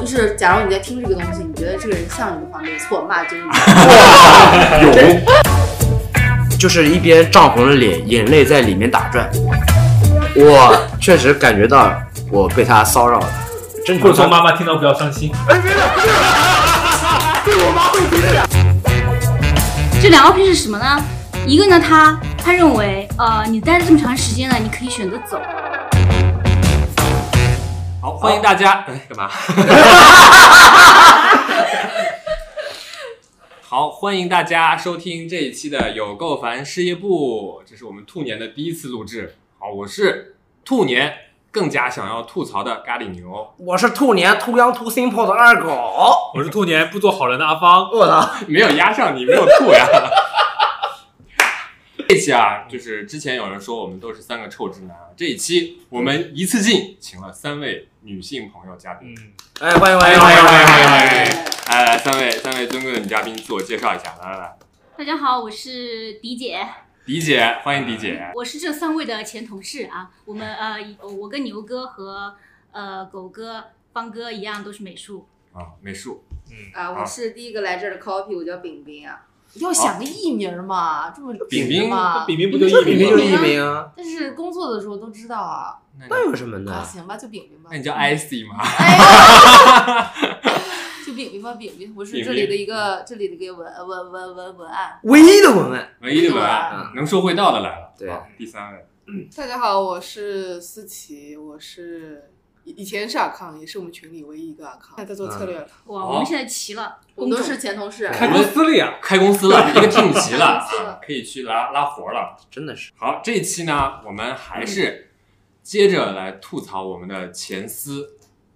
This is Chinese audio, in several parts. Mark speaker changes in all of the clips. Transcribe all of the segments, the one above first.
Speaker 1: 就是假如你在听这个东西，你觉得这个人像你的话，没错，骂就是你。
Speaker 2: 有，
Speaker 3: 就是一边涨红了脸，眼泪在里面打转。我确实感觉到我被他骚扰了， 真
Speaker 4: 过从妈妈听到不要伤心。
Speaker 5: 这两个 option 是什么呢？一个呢，他他认为，呃，你待了这么长时间了，你可以选择走。
Speaker 4: 好，欢迎大家。哎，干嘛？好，欢迎大家收听这一期的有够烦事业部，这是我们兔年的第一次录制。好，我是兔年更加想要吐槽的咖喱牛。
Speaker 3: 我是兔年 too young too simple 的二狗，
Speaker 6: 我是兔年不做好人的阿芳，
Speaker 3: 我操！
Speaker 4: 没有压上你，没有吐呀。 这期啊，就是之前有人说我们都是三个臭直男啊，这一期我们一次性请了三位女性朋友嘉宾。
Speaker 6: 嗯，
Speaker 3: 哎，欢迎欢
Speaker 4: 欢迎
Speaker 3: 迎
Speaker 4: 欢
Speaker 3: 欢
Speaker 4: 迎
Speaker 3: 迎
Speaker 4: 欢
Speaker 3: 欢迎
Speaker 4: 迎欢
Speaker 3: 欢迎！
Speaker 4: 迎欢迎！来来，哎三位三位尊贵的女嘉宾自我介绍一下，来来来，
Speaker 5: 大家好，我是迪姐，
Speaker 4: 迪姐，欢迎迪姐。
Speaker 5: 我是这三位的前同事啊。我们呃，以我跟牛哥和呃狗哥、方哥一样，都是美术。
Speaker 6: 嗯
Speaker 4: 啊，美术，
Speaker 1: 啊，
Speaker 4: 啊
Speaker 1: 我是第一个来这儿的 copy，我叫饼饼啊。要想个艺名嘛，这么
Speaker 4: 饼
Speaker 1: 直
Speaker 4: 饼
Speaker 1: 嘛。
Speaker 6: 饼饼不就一
Speaker 3: 明明
Speaker 6: 名
Speaker 3: 就
Speaker 6: 吗？
Speaker 3: 是艺名啊，
Speaker 1: 但是工作的时候都知道啊。
Speaker 4: 那你
Speaker 3: 那有什么
Speaker 1: 啊，
Speaker 3: 呢？
Speaker 1: 行吧，就饼饼吧
Speaker 4: 那。你叫 IC 吗？
Speaker 1: 哎呀就饼饼吧，饼饼，我是
Speaker 4: 饼
Speaker 1: 这里
Speaker 4: 饼
Speaker 1: 的一个这里的一个文文文文文案。
Speaker 3: 唯一的文案，
Speaker 4: 唯一的文
Speaker 3: 对
Speaker 6: 啊
Speaker 4: 案，能说会道的来了。
Speaker 3: 对
Speaker 4: 啊，第三位，
Speaker 7: 大家好，我是思琪，我是以以前是阿康，也是我们群里唯一一个阿康，现在在做策略了。
Speaker 5: 哇，
Speaker 4: 哦
Speaker 5: 我们现在齐了，
Speaker 1: 我们都是前同事。啊
Speaker 6: 开公司了呀！
Speaker 4: 开公司了，一个 team 齐了，
Speaker 1: 开公司了
Speaker 4: 啊可以去拉拉活了。
Speaker 3: 真的是
Speaker 4: 好，这一期呢，我们还是接着来吐槽我们的前司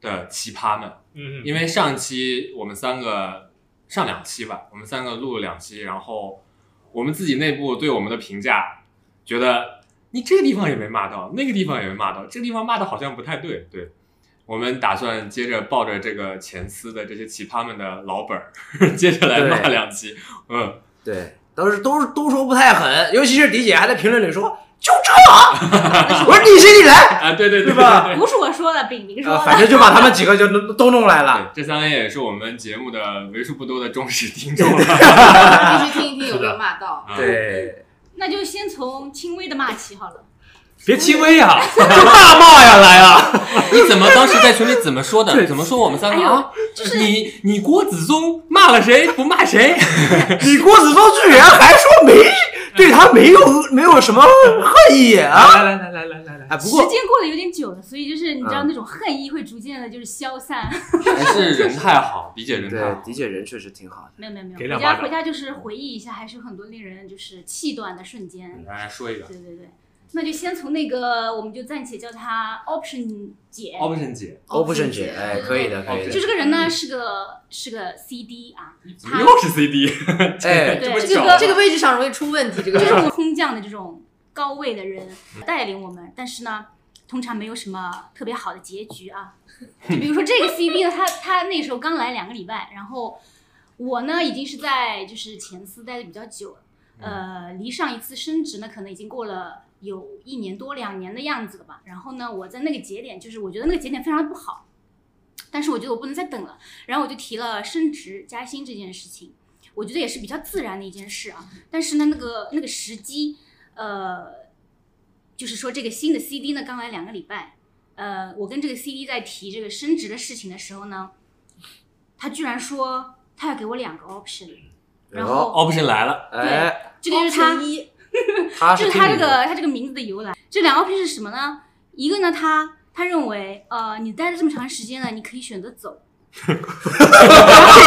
Speaker 4: 的奇葩们。
Speaker 6: 嗯，
Speaker 4: 因为上期我们三个上两期吧，我们三个录了两期，然后我们自己内部对我们的评价，觉得你这个地方也没骂到，那个地方也没骂到，这个地方骂的好像不太对。对，我们打算接着抱着这个前司的这些奇葩们的老本儿， 接着来骂
Speaker 3: 对
Speaker 4: 两期。嗯，
Speaker 3: 对，都是都是都说不太狠，尤其是迪姐还在评论里说就这， 我说你谁你来，
Speaker 4: 啊，对对对
Speaker 3: 对吧
Speaker 4: 对
Speaker 5: 不是我说的，饼饼说
Speaker 3: 呃
Speaker 5: 的。
Speaker 3: 反正就把他们几个就都都弄来了。
Speaker 4: 对，这三位也是我们节目的为数不多的忠实听众了。
Speaker 1: 必须听一听有没有骂到。
Speaker 4: 啊，
Speaker 3: 对，
Speaker 5: 那就先从轻微的骂起好了。
Speaker 6: 别轻微呀！
Speaker 3: 大骂呀来啊！
Speaker 4: 你怎么当时在群里怎么说的？怎么说我们三
Speaker 5: 哎
Speaker 4: 个
Speaker 5: 呦
Speaker 4: 啊？
Speaker 5: 就是
Speaker 4: 你你郭子松骂了谁不骂谁？
Speaker 3: 你郭子松居然还说没对他没有没有什么恨意啊！
Speaker 6: 来来来来来来来，
Speaker 3: 哎，不
Speaker 5: 时
Speaker 3: 过
Speaker 5: 间过得有点久了，所以就是你知道
Speaker 3: 嗯
Speaker 5: 那种恨意会逐渐的，就是消散。
Speaker 4: 还是人太好， 理解人太
Speaker 3: 对
Speaker 4: 好。
Speaker 3: 迪姐人确实挺好的，
Speaker 5: 没有没有没有，
Speaker 6: 给
Speaker 5: 回
Speaker 6: 两巴
Speaker 5: 家
Speaker 6: 掌
Speaker 5: 回家就是回忆一下，还是有很多令人就是气短的瞬间。
Speaker 4: 来来说一个
Speaker 5: 对对对，那就先从那个，我们就暂且叫她 Option 姐。
Speaker 4: ，option 姐，
Speaker 3: 欧布圣姐，哎，可以的，可以
Speaker 5: 就
Speaker 3: 的。
Speaker 5: 这个人呢，是个是个 CD 啊，
Speaker 4: 怎么又是 CD？
Speaker 3: 哎，
Speaker 5: 对
Speaker 4: 不
Speaker 1: 这
Speaker 4: 巧啊
Speaker 1: 个
Speaker 4: 吗
Speaker 1: 这个位置上容易出问题，这个
Speaker 5: 就
Speaker 1: 位置
Speaker 5: 是我们空降的这种高位的人带领我们，但是呢，通常没有什么特别好的结局啊。就比如说这个 CD 呢，他他那时候刚来两个礼拜，然后我呢已经是在就是前司待的比较久了，呃，离上一次升职呢，可能已经过了。有一年多两年的样子了吧，然后呢，我在那个节点，就是我觉得那个节点非常不好，但是我觉得我不能再等了，然后我就提了升职加薪这件事情，我觉得也是比较自然的一件事啊。但是呢，那个那个时机，呃，就是说这个新的 CD 呢，刚来两个礼拜，呃，我跟这个 CD 在提这个升职的事情的时候呢，他居然说他要给我两个 option，然后
Speaker 4: option 来了，
Speaker 3: 哎，
Speaker 5: 这个就是他
Speaker 1: 一
Speaker 3: 他
Speaker 5: 就是是他
Speaker 3: 听你
Speaker 5: 这个他这个名字的由来。这两个 option 是什么呢？一个呢，他他认为，呃，你待了这么长时间了，你可以选择走。然后我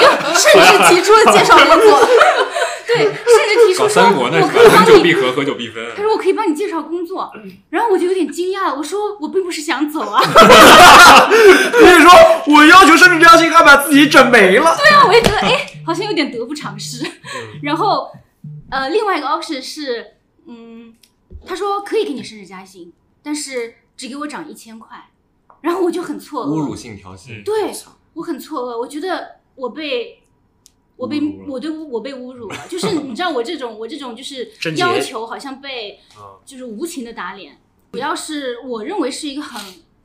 Speaker 5: 就
Speaker 1: 甚至提出了介绍工 作，
Speaker 5: 对，甚至
Speaker 4: 搞
Speaker 5: 提出说，
Speaker 4: 三国呢
Speaker 5: 我
Speaker 4: 是
Speaker 5: 可以
Speaker 4: 吧？合
Speaker 5: 帮
Speaker 4: 久
Speaker 5: 你
Speaker 4: 必合，合久必分。
Speaker 5: 他说我可以帮你介绍工作，然后我就有点惊讶了，我说我并不是想走啊，
Speaker 3: 所以说我要求生命加薪，还把自己整没了。
Speaker 5: 对啊，我也觉得哎，好像有点得不偿失。
Speaker 4: 嗯
Speaker 5: 然后呃，另外一个 option 是，嗯，他说可以给你升职加薪，但是只给我涨一千块，然后我就很错
Speaker 4: 侮辱
Speaker 5: 愕，
Speaker 4: 性调戏
Speaker 6: 嗯，
Speaker 5: 对我很错愕，我觉得我被。我被
Speaker 4: 侮辱了
Speaker 5: 我对我被侮辱了，就是你知道我这种我这种就是
Speaker 3: 贞洁
Speaker 5: 要求好像被
Speaker 6: 啊
Speaker 5: 就是无情的打脸。主要是我认为是一个很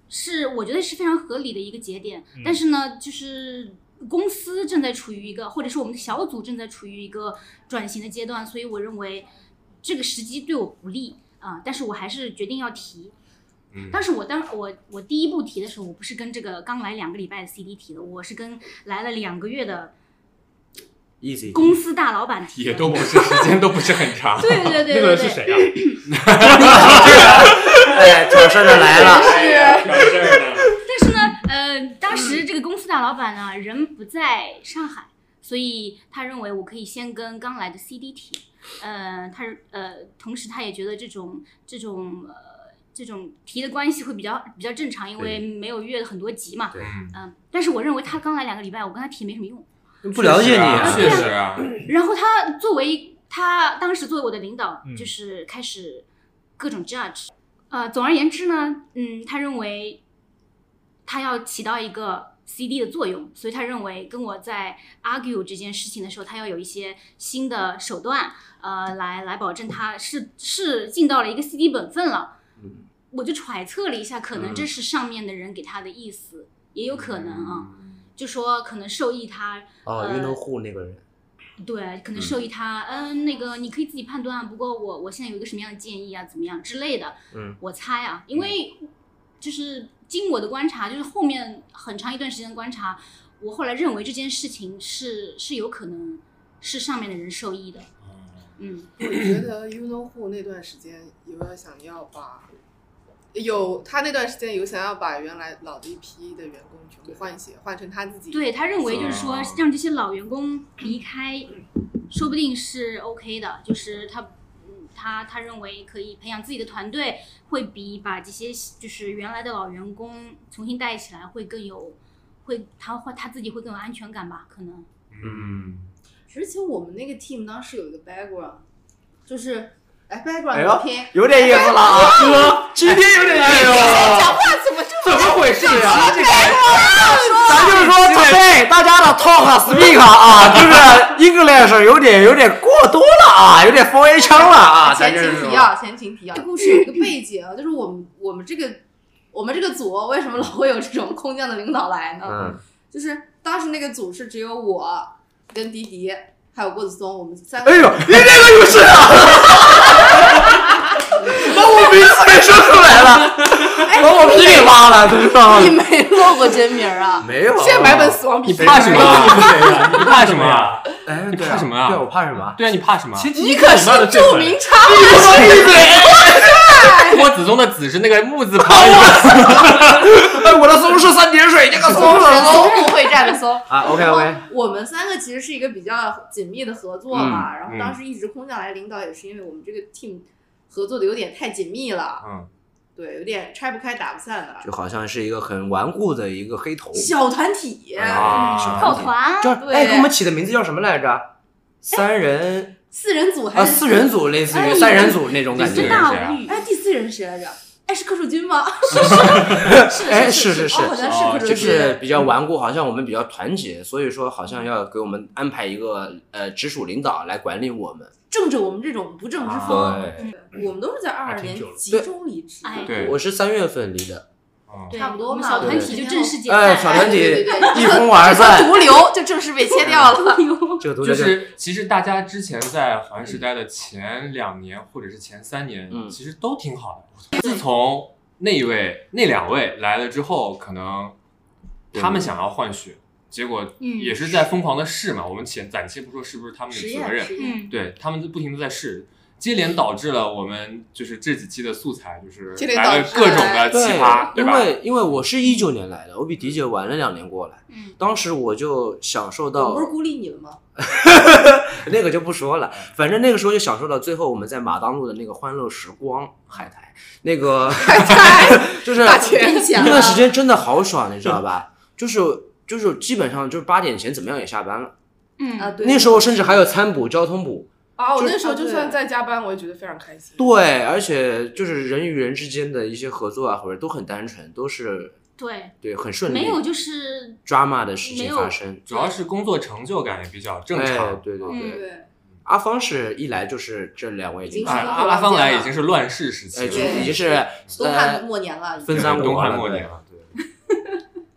Speaker 5: 是我觉得是非常合理的一个节点
Speaker 6: 嗯。
Speaker 5: 但是呢，就是公司正在处于一个，或者是我们的小组正在处于一个转型的阶段，所以我认为这个时机对我不利啊、但是我还是决定要提。
Speaker 4: 嗯
Speaker 5: 当时我当我我第一步提的时候，我不是跟这个刚来两个礼拜的 CD 提的，我是跟来了两个月的
Speaker 3: easy，
Speaker 5: 公司大老板提的。
Speaker 4: 也都不是时间都不是很 长。
Speaker 5: 对对对对对，
Speaker 6: 那个人是谁啊？
Speaker 3: 哎，挑事儿的来了，
Speaker 4: 哎呀，挑事儿呢。
Speaker 5: 但是呢，呃，当时这个公司大老板呢人不在上海，所以他认为我可以先跟刚来的 CD 提，呃，他是呃，同时他也觉得这种这种呃这种提的关系会比较比较正常，因为没有越很多集嘛，
Speaker 3: 对
Speaker 4: 嗯，
Speaker 5: 嗯、但是我认为他刚来两个礼拜，我跟他提没什么用。
Speaker 3: 不了解你
Speaker 4: 啊
Speaker 3: 啊，
Speaker 4: 确实啊，
Speaker 5: 然后他作为他当时作为我的领导
Speaker 6: 嗯，
Speaker 5: 就是开始各种 judge。呃，总而言之呢，嗯，他认为他要起到一个 CD 的作用，所以他认为跟我在 argue 这件事情的时候，他要有一些新的手段，呃，来来保证他是是尽到了一个 CD 本分了。我就揣测了一下，可能这是上面的人给他的意思，也有可能
Speaker 4: 嗯
Speaker 5: 啊，就说可能授意他
Speaker 3: 哦，运动户那个人，
Speaker 5: 对，可能授意他，嗯、那个你可以自己判断啊。不过我我现在有一个什么样的建议啊，怎么样之类的。
Speaker 3: 嗯，
Speaker 5: 我猜啊，因为就是经我的观察，就是后面很长一段时间的观察，我后来认为这件事情是是有可能是上面的人受益的。嗯，
Speaker 7: 我觉得 You Know Who 那段时间有想要把，有他那段时间有想要把原来老的一批的员工全部换血，换成他自己。
Speaker 5: 对他认为就是说
Speaker 3: 哦
Speaker 4: 啊
Speaker 5: 让这些老员工离开，说不定是 OK 的，就是他。嗯他他认为可以培养自己的团队，会比把这些就是原来的老员工重新带起来会更有，会他会他自己会更有安全感吧？可能
Speaker 4: 嗯，
Speaker 1: 而且我们那个 team 当时有一个 background，就是哎
Speaker 3: 哎
Speaker 1: background
Speaker 3: 呦
Speaker 1: 聊天，
Speaker 3: 有点意思了啊，哥，今天有点意思了，
Speaker 6: 怎么回
Speaker 3: 啊
Speaker 6: 事呀？
Speaker 3: 咱就是说，对大家的 talk speak 啊，就是 English 有点有点过多了啊，有点 foreign 腔了啊，咱
Speaker 1: 前
Speaker 3: 就是
Speaker 1: 情
Speaker 3: 说
Speaker 1: 提要，前情提要，这故事有一个背景啊，就是我们我们这个我们这个组为什么老会有这种空降的领导来呢？
Speaker 3: 嗯，
Speaker 1: 就是当时那个组是只有我跟迪迪还有郭子松，我们三个。
Speaker 3: 哎呦，你这个就是 啊，把我名字给说出来了，把我噼里啪啦的，知道
Speaker 1: 哎你
Speaker 3: 吗？
Speaker 1: 没露过真名啊？
Speaker 3: 没有，
Speaker 7: 现在买本死亡笔
Speaker 4: 你
Speaker 7: 记
Speaker 4: 怕什么？你怕什
Speaker 3: 么
Speaker 4: 么
Speaker 3: 呀
Speaker 4: 呀？
Speaker 3: 哎，
Speaker 4: 你
Speaker 3: 对啊
Speaker 4: 怕什么啊
Speaker 3: 对，我怕什么啊？
Speaker 4: 对啊，你怕什么？
Speaker 6: 前提
Speaker 1: 你可是著名插
Speaker 3: 你给我闭嘴！
Speaker 4: 郭子松的子是那个木 字旁一个
Speaker 3: 哎，我的松是三点水，这个
Speaker 1: 哦
Speaker 3: 松是松
Speaker 1: 松木会战的松。
Speaker 3: 啊，OK
Speaker 1: 然
Speaker 3: OK，
Speaker 1: 后我们三个其实是一个比较紧密的合作嘛，然后
Speaker 4: 嗯
Speaker 1: 当时一直空降来领导也是因为我们这个 team 合作的有点太紧密了，
Speaker 4: 嗯，
Speaker 1: 对，有点拆不开打不散的
Speaker 3: 就好像是一个很顽固的一个黑头。
Speaker 1: 小团体。
Speaker 4: 啊
Speaker 5: 嗯 抱团
Speaker 3: 叫
Speaker 1: 对
Speaker 3: 哎，给我们起的名字叫什么来着？三人
Speaker 1: 四人组还
Speaker 3: 啊，
Speaker 1: 是
Speaker 3: 四人？组，类似于
Speaker 1: 哎
Speaker 3: 三人组那种感
Speaker 5: 真
Speaker 3: 觉。
Speaker 5: 大
Speaker 4: 谁啊
Speaker 5: 无语。
Speaker 1: 哎，第四人是谁来着？哎，是柯树军吗？
Speaker 3: 哎，是是是
Speaker 1: 哦，好像是柯
Speaker 4: 哦
Speaker 1: 树军。
Speaker 3: 就是比较顽固，好像我们比较团结，所以说好像要给我们安排一个呃直属领导来管理我们。
Speaker 1: 正着我们这种不正之风，
Speaker 3: 啊
Speaker 1: 嗯
Speaker 3: 对，
Speaker 1: 我们都是在二二
Speaker 6: 还挺
Speaker 1: 年
Speaker 6: 久了
Speaker 1: 集中离职的，
Speaker 5: 哎
Speaker 4: 对
Speaker 3: 我是三月份离的，
Speaker 5: 对
Speaker 1: 差不多
Speaker 5: 我们
Speaker 1: 嘛
Speaker 5: 小
Speaker 1: 对
Speaker 5: 团体就正式解
Speaker 3: 哎
Speaker 5: 散。
Speaker 3: 小团体
Speaker 1: 对对对对
Speaker 3: 一哄而散。
Speaker 1: 毒瘤就正式被切掉了。
Speaker 3: 这个同学
Speaker 4: 就是其实大家之前在环时代的前两年或者是前三年，
Speaker 3: 嗯
Speaker 4: 其实都挺好的。自从那一位、那两位来了之后，可能他们想要换血，结果
Speaker 5: 嗯
Speaker 4: 也是在疯狂的试嘛。我们且暂且不说是不是他们的
Speaker 1: 实
Speaker 4: 责
Speaker 1: 验
Speaker 4: 任，
Speaker 1: 实验，
Speaker 5: 嗯，
Speaker 4: 对他们不停的在试，接连导致了我们就是这几期的素材就是
Speaker 7: 接连导
Speaker 4: 来了
Speaker 7: 致
Speaker 4: 各种的奇葩，对
Speaker 3: 因
Speaker 4: 吧？
Speaker 3: 为因为我是一九年来的，我比迪姐晚了两年过来，
Speaker 5: 嗯，
Speaker 3: 当时我就享受
Speaker 1: 我
Speaker 3: 到
Speaker 1: 不是孤立你了吗？
Speaker 3: 那个就不说了，反正那个时候就享受到最后我们在马当路的那个欢乐时光海苔，那个 就是
Speaker 7: 大姐
Speaker 1: 跟你讲啊，
Speaker 3: 那段时间真的好爽，你知道吧？就是就是基本上就是八点前怎么样也下班了，
Speaker 1: 啊，
Speaker 5: 嗯，
Speaker 1: 对，
Speaker 3: 那时候甚至还有餐补、交通补，
Speaker 7: 啊！我
Speaker 3: 就
Speaker 7: 那时候就
Speaker 1: 对
Speaker 7: 算在加班，我也觉得非常开心。
Speaker 3: 对，而且就是人与人之间的一些合作啊，或者都很单纯，都是
Speaker 5: 对，
Speaker 3: 对很顺利
Speaker 5: 没有就是
Speaker 3: ，drama 的事
Speaker 5: 没
Speaker 3: 情
Speaker 5: 有
Speaker 3: 发生。
Speaker 4: 主要是工作成就感也比较正
Speaker 3: 哎
Speaker 4: 常，。
Speaker 3: 对对对，
Speaker 5: 嗯
Speaker 1: 对，
Speaker 3: 阿芳是一来就是这两位领
Speaker 1: 已
Speaker 3: 导
Speaker 1: 经
Speaker 4: 啊
Speaker 1: 是，
Speaker 4: 阿阿方来已经是乱世时期
Speaker 3: 哎，
Speaker 4: 了，
Speaker 3: 就已
Speaker 1: 对
Speaker 3: 经是
Speaker 1: 东汉
Speaker 3: 呃
Speaker 1: 末年了，已经
Speaker 3: 分三国
Speaker 4: 东
Speaker 3: 了
Speaker 4: 汉末年
Speaker 3: 对
Speaker 4: 了，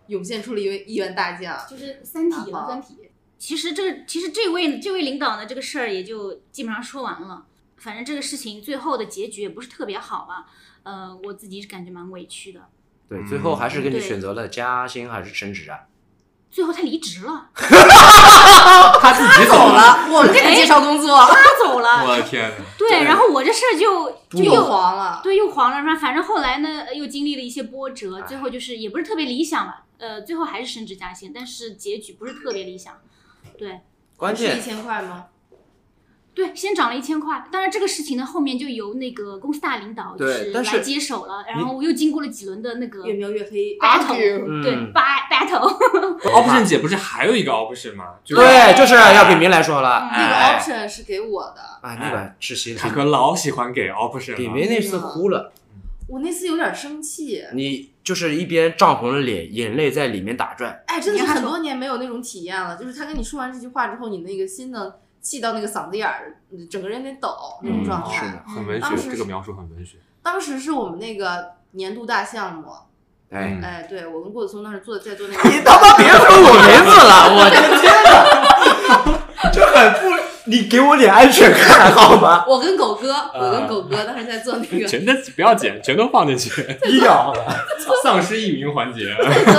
Speaker 1: 涌现出了一位一员大将，
Speaker 5: 就是三体了，三体。啊其实这个，其实这位这位领导呢，这个事儿也就基本上说完了。反正这个事情最后的结局也不是特别好吧，呃，我自己感觉蛮委屈的。
Speaker 3: 对，最后还是给你
Speaker 5: 对
Speaker 3: 选择了加薪还是升职啊？
Speaker 5: 最后他离职了，
Speaker 3: 哦他哎自己
Speaker 1: 走了， 我们给他介绍工作，
Speaker 5: 他走了，
Speaker 4: 我的天哪！
Speaker 5: 对，然后我这事儿就就
Speaker 1: 又黄了。
Speaker 5: 对，又黄了。然后反正后来呢，呃又经历了一些波折，最后就是也不是特别理想吧。呃，最后还是升职加薪，但是结局不是特别理想。对
Speaker 3: 关
Speaker 1: 是一
Speaker 3: 键
Speaker 1: 千块吗？
Speaker 5: 对，先涨了一千块。当然，这个事情呢，后面就由那个公司大领导就
Speaker 3: 对但是
Speaker 5: 来接手了。然后又经过了几轮的那个
Speaker 1: 越描越黑。
Speaker 5: battle，、
Speaker 7: argue
Speaker 5: 对
Speaker 3: 嗯
Speaker 5: ba- battle，
Speaker 4: option 姐不是还有一个 option 吗？就是
Speaker 3: 对，就是要给明来说了
Speaker 1: 嗯那个哦
Speaker 3: 哎
Speaker 1: option 是给我的，
Speaker 3: 啊，那个窒息
Speaker 4: 卡
Speaker 3: 了。
Speaker 4: 哥老喜欢给 option
Speaker 3: 李
Speaker 4: 了，
Speaker 3: 明那次哭了，
Speaker 1: 我那次有点生气。
Speaker 3: 你就是一边涨红了脸，眼泪在里面打转。
Speaker 1: 哎，真的是
Speaker 5: 你还
Speaker 1: 很
Speaker 5: 说
Speaker 1: 多年没有那种体验了。就是他跟你说完这句话之后，你那个心呢气到那个嗓子眼儿，嗯整个人得抖那种状
Speaker 3: 嗯是
Speaker 1: 态。
Speaker 3: 的，
Speaker 4: 嗯很文
Speaker 1: 嗯当
Speaker 4: 学，
Speaker 1: 时
Speaker 4: 这个描述很文学。
Speaker 1: 当时是我们那个年度大项目，
Speaker 3: 哎，
Speaker 4: 嗯
Speaker 1: 哎，对我跟郭子松当时做在做那
Speaker 3: 你
Speaker 1: 个，
Speaker 3: 他妈别说我名字了，我的天 哪，这很不，你给我点安全感好 吗？
Speaker 1: 我跟狗哥，我
Speaker 3: 呃
Speaker 1: 跟狗哥当时在做那个
Speaker 4: 全都不要剪，全都放进去，
Speaker 3: 要啊了。
Speaker 4: 丧尸一名环节。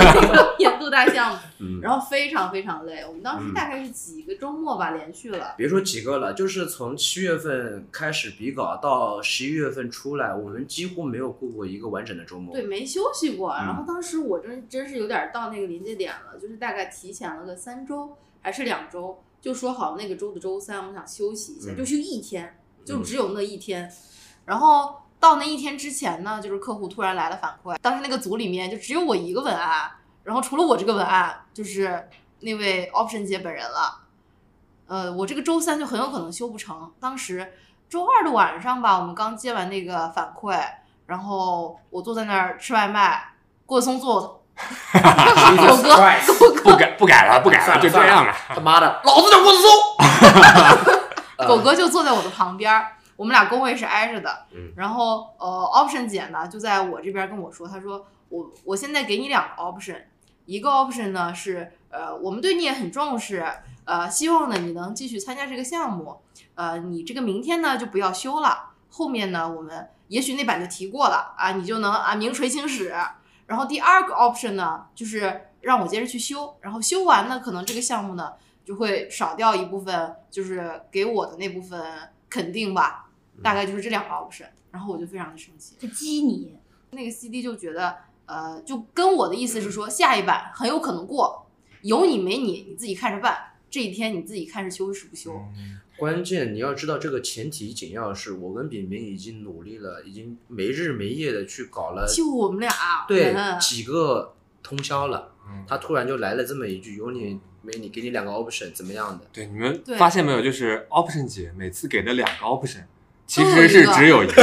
Speaker 1: 年度大项目，
Speaker 3: 嗯，
Speaker 1: 然后非常非常累。我们当时
Speaker 3: 嗯
Speaker 1: 大概是几个周末吧，连续了。
Speaker 3: 别说几个了，就是从七月份开始比稿到十一月份出来，我们几乎没有过过一个完整的周末。
Speaker 1: 对，没休息过。
Speaker 3: 哦嗯
Speaker 1: 然后当时我真真是有点到那个临界点了，就是大概提前了个三周还是两周，就说好那个周的周三我想休息一下，
Speaker 3: 嗯
Speaker 1: 就休一天，就
Speaker 3: 嗯
Speaker 1: 只有那一天。然后到那一天之前呢，就是客户突然来了反馈，当时那个组里面就只有我一个文案，然后除了我这个文案，就是那位 option 姐本人了。呃，我这个周三就很有可能休不成。当时周二的晚上吧，我们刚接完那个反馈，然后我坐在那儿吃外卖，郭松坐我头，狗哥，
Speaker 4: 不改不改了，不改
Speaker 3: 算了
Speaker 4: 就这样了。
Speaker 3: 他妈的，老子叫郭子松。
Speaker 1: 狗哥就坐在我的旁边儿，我们俩工位是挨着的。
Speaker 3: 嗯
Speaker 1: 然后呃，option 姐呢就在我这边跟我说，她说我我现在给你两个 option，一个 option 呢是呃我们对你也很重视，呃希望呢你能继续参加这个项目，呃你这个明天呢就不要休了，后面呢我们也许那版就提过了啊，你就能啊名垂青史。然后第二个 option 呢就是让我接着去修，然后修完呢可能这个项目呢就会少掉一部分，就是给我的那部分肯定吧，
Speaker 3: 嗯
Speaker 1: 大概就是这两个 option。然后我就非常的生气，
Speaker 5: 他激你，
Speaker 1: 那个 CD 就觉得，呃，就跟我的意思是说，下一版很有可能过，有你没你，你自己看着办。这一天你自己看着修是不修。
Speaker 3: 嗯关键你要知道，这个前提紧要是我跟炳明已经努力了，已经没日没夜的去搞了，
Speaker 1: 就我们俩啊
Speaker 3: 对
Speaker 1: 人
Speaker 3: 几个通宵了。
Speaker 4: 嗯
Speaker 3: 他突然就来了这么一句：“有你没你，给你两个 option，怎么样的
Speaker 4: 对，你们
Speaker 1: 对
Speaker 4: 发现没有？就是 option 姐每次给的两个 option，其
Speaker 1: 都有
Speaker 4: 实是
Speaker 1: 一个
Speaker 4: 只有一个，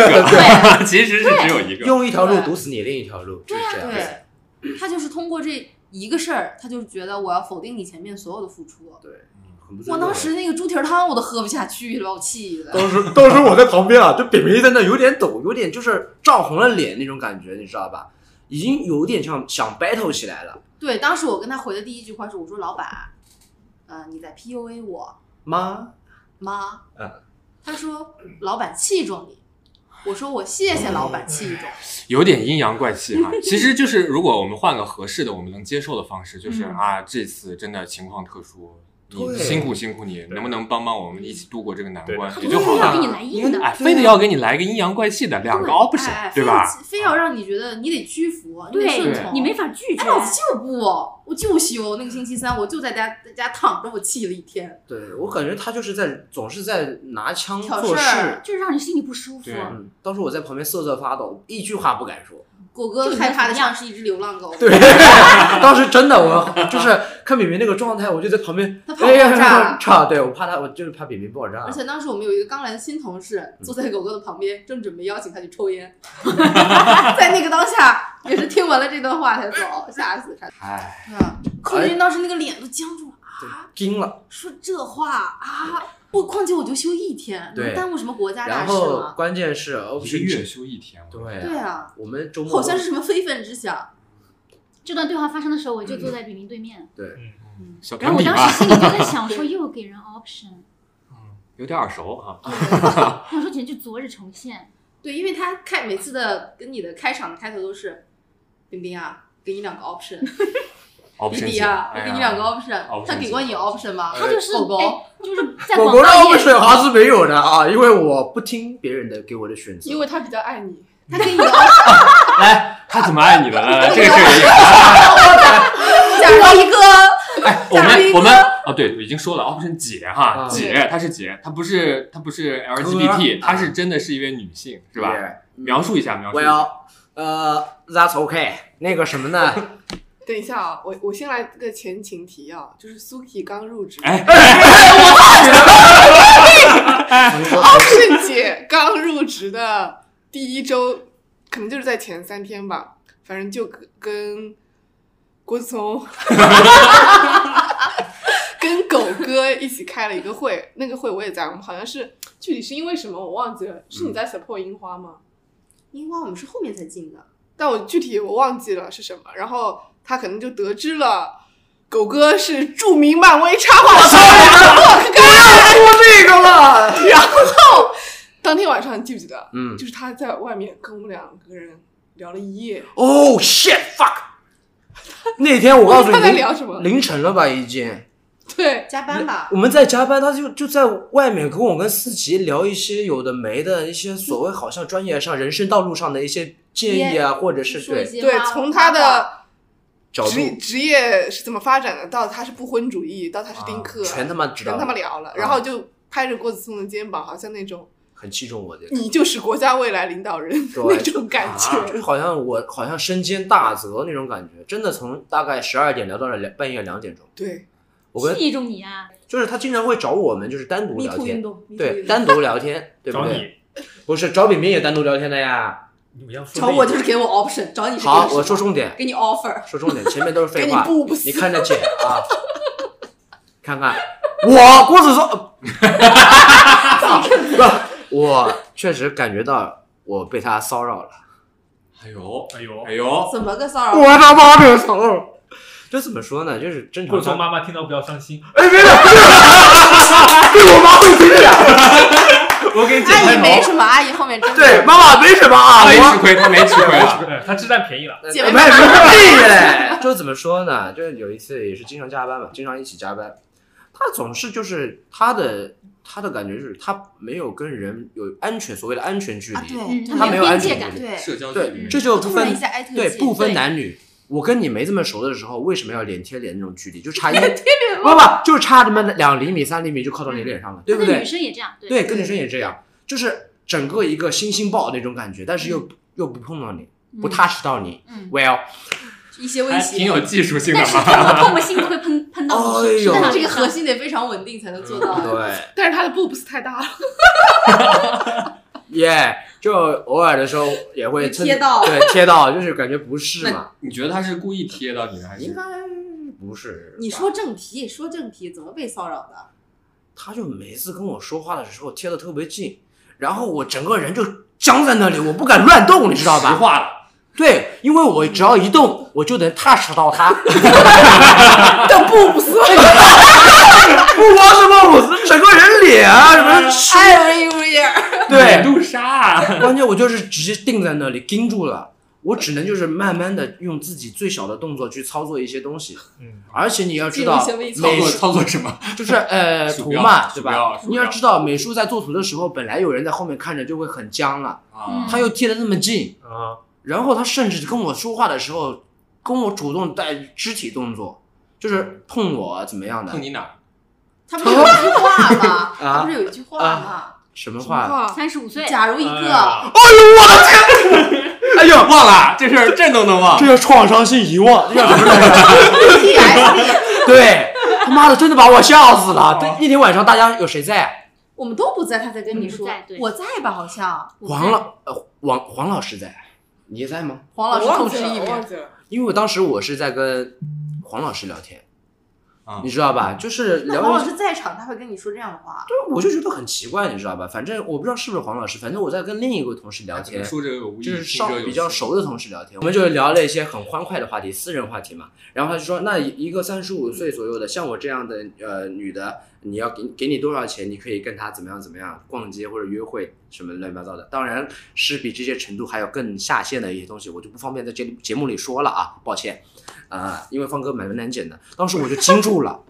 Speaker 4: 其实是只有一？”个。
Speaker 3: 用一条路
Speaker 1: 对
Speaker 3: 堵死你另一条路，就是这样子。
Speaker 1: 对，他就是通过这一个事儿，他就觉得我要否定你前面所有的付出。
Speaker 3: 很不尊
Speaker 1: 我
Speaker 3: 重
Speaker 1: 当时那个猪蹄儿汤我都喝不下去了，把我气的。
Speaker 3: 当时当时我在旁边啊，就北梅在那有点抖，有点就是涨红了脸那种感觉，你知道吧？已经有点像想 battle 起来了。
Speaker 1: 对，当时我跟他回的第一句话是：“我说老板，呃，你在 PUA 我
Speaker 3: 妈，
Speaker 1: 吗？”
Speaker 3: 嗯
Speaker 1: 他说：“老板器重你。”我说：“我谢谢老板器重。
Speaker 3: 嗯
Speaker 4: 有点阴阳怪气哈。其实就是，如果我们换个合适的、我们能接受的方式，就是、
Speaker 5: 嗯
Speaker 4: 啊，这次真的情况特殊，你
Speaker 3: 对
Speaker 4: 辛苦辛苦你，能不能帮帮我们一起度过这个难关
Speaker 5: 他
Speaker 4: 也
Speaker 5: 不
Speaker 4: 就好
Speaker 5: 要给
Speaker 4: 了。
Speaker 5: 你来硬的，
Speaker 4: 哎，非得要给你来个阴阳怪气的两个
Speaker 5: 对
Speaker 3: 哦
Speaker 4: option，
Speaker 1: 哎，
Speaker 4: 对
Speaker 1: 非
Speaker 4: 吧
Speaker 1: 要？非
Speaker 3: 啊
Speaker 1: 要让你觉得你得屈服，你得顺
Speaker 5: 对
Speaker 1: 从，
Speaker 5: 你没法拒绝
Speaker 1: 哎，。老子就不，我就休。那个星期三我就在家在家躺着，我气了一天。
Speaker 3: 对我感觉他就是在总是在拿枪
Speaker 1: 挑
Speaker 3: 做
Speaker 1: 事
Speaker 3: 事
Speaker 1: 儿。
Speaker 5: 就是让你心里不舒服
Speaker 4: 对。
Speaker 3: 嗯，当时我在旁边瑟瑟发抖，一句话不敢说。
Speaker 1: 果哥
Speaker 5: 就
Speaker 1: 害怕的
Speaker 5: 你怎
Speaker 1: 像
Speaker 5: 么
Speaker 1: 是一只流浪狗，
Speaker 3: 对，当时真的我就是看饼饼那个状态，我就在旁边，
Speaker 1: 他怕
Speaker 3: 哎呀
Speaker 1: 爆 炸
Speaker 3: 炸，对我怕他，我就是怕饼饼爆炸
Speaker 1: 而。且当时我们有一个刚来的新同事，
Speaker 3: 嗯
Speaker 1: 坐在狗狗的旁边，正准备邀请他去抽烟， 在那个当下也是听完了这段话才走，吓死他。
Speaker 4: 哎，
Speaker 1: 嗯，寇军当时那个脸都僵住了
Speaker 3: 对
Speaker 1: 啊，，
Speaker 3: 惊了。
Speaker 1: 说这话啊，我况且我就休一天，
Speaker 3: 对
Speaker 1: 能耽误什么国家大
Speaker 3: 然
Speaker 1: 事
Speaker 3: 后
Speaker 1: 吗？
Speaker 3: 关键是 option
Speaker 4: 一个月休一天，我
Speaker 3: 对
Speaker 1: 对啊，
Speaker 3: 我们周末
Speaker 1: 好像是什么非分之想，
Speaker 5: 这段对话发生的时候，我就坐在比林对面，
Speaker 3: 对，
Speaker 4: 小
Speaker 5: 然后我
Speaker 4: 团体
Speaker 5: 当
Speaker 4: 吧
Speaker 3: 啊
Speaker 5: 时心里就在想，说又给人 option，
Speaker 4: 有点耳熟啊哈。
Speaker 5: 我说简直就昨日重现。
Speaker 1: 对，因为他开每次的跟你的开场的开头都是，冰冰啊，给你两个 option，弟
Speaker 4: option
Speaker 1: 弟
Speaker 4: 姐
Speaker 1: 啊，我
Speaker 4: 哎呀
Speaker 1: 给你两个 option，
Speaker 4: option
Speaker 1: 他给过你 option 吗？
Speaker 3: 他就是
Speaker 1: 狗狗，
Speaker 5: 哎，就是在
Speaker 3: 我
Speaker 5: 广
Speaker 3: 国的
Speaker 5: 告
Speaker 3: 欧
Speaker 5: 业
Speaker 3: 水华是没有的啊，因为我不听别人的给我的选择。
Speaker 7: 因为他比较爱你，
Speaker 1: 他给你的 option，
Speaker 4: 来，他怎么爱你的？来来，这个这个这个，
Speaker 1: 假如一个
Speaker 4: 哎，我们我们哦，对，已经说了，option 姐哈，
Speaker 3: 嗯
Speaker 4: 姐，她是姐，她不是她不是 LGBT，
Speaker 3: 嗯
Speaker 4: 她是真的是一位女性，是吧？描述一下，描述一下。
Speaker 3: ？Well，呃，That's okay。那个什么呢？
Speaker 7: 等一下啊，我我先来个前情提要，就是 Suki 刚入职，
Speaker 4: 哎，
Speaker 7: ，Option 姐刚入职的第一周，可能就是在前三天吧，反正就跟跟郭子聪，跟狗哥一起开了一个会，那个会我也在，我们好像是具体是因为什么我忘记了，是你在 support 樱花吗？
Speaker 1: 樱花，我们是后面才进的，
Speaker 7: 但我具体我忘记了是什么，然后他可能就得知了。狗哥是著名漫威插画师，
Speaker 3: 这个了。
Speaker 7: 当天晚上你记不记得？
Speaker 3: 嗯
Speaker 7: 就是他在外面跟我们两个人聊了一夜，
Speaker 1: 嗯
Speaker 3: Oh shit fuck！那天我告诉你
Speaker 7: 他在聊什么
Speaker 3: 凌晨了吧已经。
Speaker 7: 对，
Speaker 1: 加班吧
Speaker 3: 我。们在加班，他就就在外面跟我跟思琪聊一些有的没的一些所谓好像专业上人生道路上的一些建议啊，或者是
Speaker 1: 说一
Speaker 3: 对
Speaker 1: 些
Speaker 7: 对，
Speaker 1: 妈
Speaker 7: 从他的
Speaker 3: 角
Speaker 7: 职
Speaker 3: 度，
Speaker 7: 职业是怎么发展的，到他是不婚主义，到他是丁克，
Speaker 3: 啊全他妈知道啊
Speaker 7: 全
Speaker 3: 了，
Speaker 7: 他妈聊了，然后就拍着郭子松的肩膀，好像那种
Speaker 3: 很器重我的，
Speaker 7: 你就是国家未来领导人那种感
Speaker 3: 就
Speaker 7: 觉。
Speaker 3: 是好像我好像身兼大责那种感觉，真的从大概十二点聊到了两半夜两点钟，
Speaker 7: 对，
Speaker 3: 我跟
Speaker 5: 记住你啊，
Speaker 3: 就是他经常会找我们就是单独聊天，
Speaker 1: 动，
Speaker 3: 对，单独聊天，对不
Speaker 4: 找
Speaker 3: 对？
Speaker 4: 你，
Speaker 3: 不是找饼饼也单独聊天的呀。
Speaker 4: 你们要说
Speaker 1: 找我就是给我 option，找你是
Speaker 3: 好
Speaker 1: 给，你
Speaker 3: 我说重点，
Speaker 1: 给你 offer，
Speaker 3: 说重点，前面都是
Speaker 7: 给
Speaker 3: 废
Speaker 7: 你
Speaker 3: 话。
Speaker 7: 布布
Speaker 3: 你看得见啊？看看我郭子说，不，我确实感觉到我被他骚扰了。
Speaker 4: 哎呦
Speaker 6: 哎呦
Speaker 4: 哎，呦，
Speaker 1: 怎么个骚扰？
Speaker 3: 我他妈的操！这怎么说呢？就是正
Speaker 6: 顾
Speaker 3: 常
Speaker 6: 总
Speaker 3: 上。
Speaker 6: 妈妈听到不要伤心，
Speaker 3: 哎，别的，对我妈会听的。
Speaker 4: 我给你剪
Speaker 1: 阿
Speaker 4: 开
Speaker 1: 姨没
Speaker 4: 头，
Speaker 1: 什么，阿姨后面真的
Speaker 3: 对，妈妈没什么啊，
Speaker 4: 他没
Speaker 3: 我
Speaker 4: 吃亏，他没吃亏啊。
Speaker 6: 哎她只占便宜了。
Speaker 1: 姐
Speaker 3: 没
Speaker 1: 妹
Speaker 3: 呃没
Speaker 1: 们
Speaker 3: 屁嘞！ 就是怎么说呢？就是有一次也是经常加班嘛，经常一起加班。他总是就是他的他的感觉就是他没有跟人有安全所谓的安全距离，
Speaker 1: 啊，对
Speaker 5: 嗯，，
Speaker 3: 他
Speaker 5: 没
Speaker 3: 没
Speaker 5: 有
Speaker 3: 有
Speaker 5: 边
Speaker 3: 安
Speaker 5: 界
Speaker 3: 全
Speaker 5: 感
Speaker 3: 感，
Speaker 1: 对，嗯
Speaker 4: 社交距
Speaker 3: 对，
Speaker 4: 离
Speaker 3: 这就不
Speaker 1: 突然
Speaker 3: 分
Speaker 1: 一下艾特
Speaker 3: 对
Speaker 1: 自己
Speaker 3: 不分
Speaker 1: 对
Speaker 3: 男女。我跟你没这么熟的时候，为什么要脸贴脸那种距离？就差一不不，就差他妈两厘米、三厘米就靠到你脸上了，对不
Speaker 5: 那
Speaker 3: 对
Speaker 5: 女？生也这样，对，
Speaker 3: 对，跟女生也这样，就是整个一个星星抱那种感觉，但是又又不碰到你，不
Speaker 5: 嗯
Speaker 3: 踏实到你。
Speaker 5: 嗯
Speaker 3: Well，
Speaker 1: 一些威
Speaker 4: 还
Speaker 1: 胁，
Speaker 4: 挺有技术性的
Speaker 5: 但是
Speaker 4: 嘛。
Speaker 5: 碰碰我心里会碰碰到你，
Speaker 3: 哎呦
Speaker 5: 是的
Speaker 1: 这个核心得非常稳定才能做 到。
Speaker 3: 对。
Speaker 7: 但是他的布布斯太大了，
Speaker 3: 耶就偶尔的时候也会蹭
Speaker 1: 贴到
Speaker 3: 对，贴到，就是感觉不是嘛？
Speaker 4: 你觉得他是故意贴到你的，还
Speaker 3: 应
Speaker 4: 是
Speaker 3: 该不是吧。
Speaker 1: 你说正题，说正题，怎么被骚扰的？
Speaker 3: 他就每次跟我说话的时候贴的特别近，然后我整个人就僵在那里，我不敢乱动，你知道
Speaker 4: 实
Speaker 3: 吧？
Speaker 4: 话了？
Speaker 3: 对，因为我只要一动，我就能踏实到 他。
Speaker 7: 但布布斯
Speaker 3: 哎不光是孟姆斯，整个人脸啊什么是，
Speaker 1: 哎 Everywhere，
Speaker 3: 对，
Speaker 4: 杜莎啊，
Speaker 3: 哎关键我就是直接定在那里，盯住了。我只能就是慢慢的用自己最小的动作去操作一些东西，
Speaker 6: 嗯，
Speaker 3: 而且你要知道
Speaker 1: 进入一些微，操
Speaker 3: 美
Speaker 4: 操作
Speaker 3: 术
Speaker 4: 操作什么？
Speaker 3: 就是呃
Speaker 4: 鼠
Speaker 3: 图
Speaker 4: 标
Speaker 3: 嘛，
Speaker 4: 鼠
Speaker 3: 对
Speaker 4: 标
Speaker 3: 吧
Speaker 4: 鼠？标
Speaker 3: 你要知道，美术在做图的时候，本来有人在后面看着就会很僵了，
Speaker 4: 啊
Speaker 1: 嗯
Speaker 3: 他又贴的那么近，
Speaker 6: 啊，
Speaker 3: 然后他甚至跟我说话的时候，跟我主动带肢体动作，就是碰我啊怎么样的
Speaker 4: 碰你哪儿？
Speaker 1: 他不是有一句话吗？
Speaker 3: 啊
Speaker 1: 他不是有一句话吗？
Speaker 3: 什么话？
Speaker 7: 话，
Speaker 5: 三十五岁，
Speaker 1: 假如一个，
Speaker 6: 哎
Speaker 3: 哎呦，
Speaker 4: 忘了这事儿，朕都能忘
Speaker 3: 这。叫创伤性遗忘，这叫什么来着？
Speaker 1: PTSD，
Speaker 3: 对，他妈的，真的把我笑死
Speaker 4: 哦
Speaker 3: 了。对，那天晚上大家有谁在？啊
Speaker 1: 我们都不在，他在跟你说
Speaker 5: 嗯我们不在对，
Speaker 1: 我在吧？好像
Speaker 3: 黄老，呃，王黄老师在，啊你在吗？
Speaker 1: 黄老
Speaker 7: 我
Speaker 1: 师痛
Speaker 7: 忘
Speaker 1: 斥
Speaker 7: 记
Speaker 1: 一
Speaker 7: 了，我
Speaker 1: 遍
Speaker 7: 忘，记了，
Speaker 3: 因为我当时我是在跟黄老师聊天，
Speaker 4: 啊
Speaker 3: 你知道吧？就是
Speaker 1: 那
Speaker 3: 聊
Speaker 1: 黄老
Speaker 3: 一
Speaker 1: 师在场，他会跟你说这样的话，
Speaker 3: 我就觉得很奇怪，你知道吧？反正我不知道是不是黄老师，反正我在跟另一个同事聊天，
Speaker 4: 说这个有无意，
Speaker 3: 就是
Speaker 4: 听者
Speaker 3: 上
Speaker 4: 有
Speaker 3: 比较
Speaker 4: 心
Speaker 3: 熟的同事聊天，我们就聊了一些很欢快的话题，私人话题嘛。然后他就说，那一个三十五岁左右的，像我这样的呃女的，你要给给你多少钱，你可以跟她怎么样怎么样逛街或者约会什么乱七八糟的。当然是比这些程度还有更下线的一些东西，我就不方便在这里节目里说了啊，抱歉啊、因为方哥蛮难剪的，当时我就惊住了。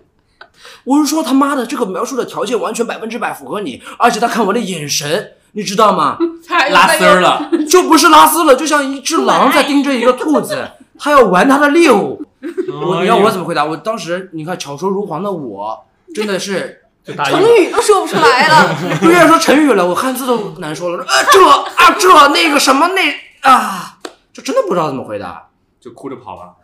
Speaker 3: 我是说他妈的，这个描述的条件完全百分之百符合你，而且他看我的眼神，你知道吗？
Speaker 7: 他
Speaker 4: 拉丝儿，了，
Speaker 3: 就不是拉丝了，就像一只狼在盯着一个兔 子，它要玩它的猎物。
Speaker 6: 哎
Speaker 3: 我你要我怎
Speaker 4: 么
Speaker 3: 么回答？我当时你看巧舌如簧的我，真的 是
Speaker 6: 就答应
Speaker 7: 成
Speaker 6: 了。
Speaker 7: 语都说不出来了。
Speaker 3: 不愿意说成语了，我汉字都难说了。啊这啊这那个什么那啊，就真的不知道怎么回答，
Speaker 4: 就哭着跑了？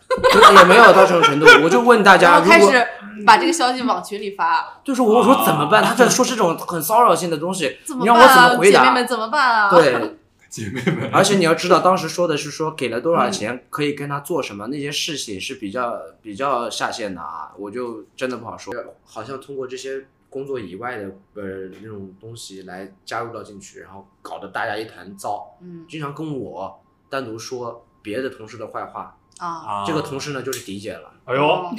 Speaker 3: 也没有到这种程度。我就问 大
Speaker 1: 然
Speaker 3: 家，
Speaker 1: 后开
Speaker 3: 如果
Speaker 1: 始把这个消息往群里发，
Speaker 3: 就是我我说怎么办？他在说这种很骚扰性的东西，
Speaker 1: 怎
Speaker 3: 你
Speaker 1: 么
Speaker 3: 让
Speaker 1: 办
Speaker 3: 我怎
Speaker 1: 啊？
Speaker 3: 么回
Speaker 1: 姐妹
Speaker 3: 答？
Speaker 1: 们怎么办啊？
Speaker 3: 对，
Speaker 4: 姐妹 们，
Speaker 3: 而且你要知道，当时说的是说给了多少钱，可以跟他做什么，那些事情是比较比较下线的啊，我就真的不好说。好像通过这些工作以外的呃那种东西来加入到进去，然后搞得大家一团糟，
Speaker 1: 嗯
Speaker 3: 经常跟我单独说别的同事的坏话，
Speaker 1: 啊，
Speaker 4: 啊
Speaker 3: 这个同事呢就是迪姐了，
Speaker 6: 哎呦，
Speaker 1: 哦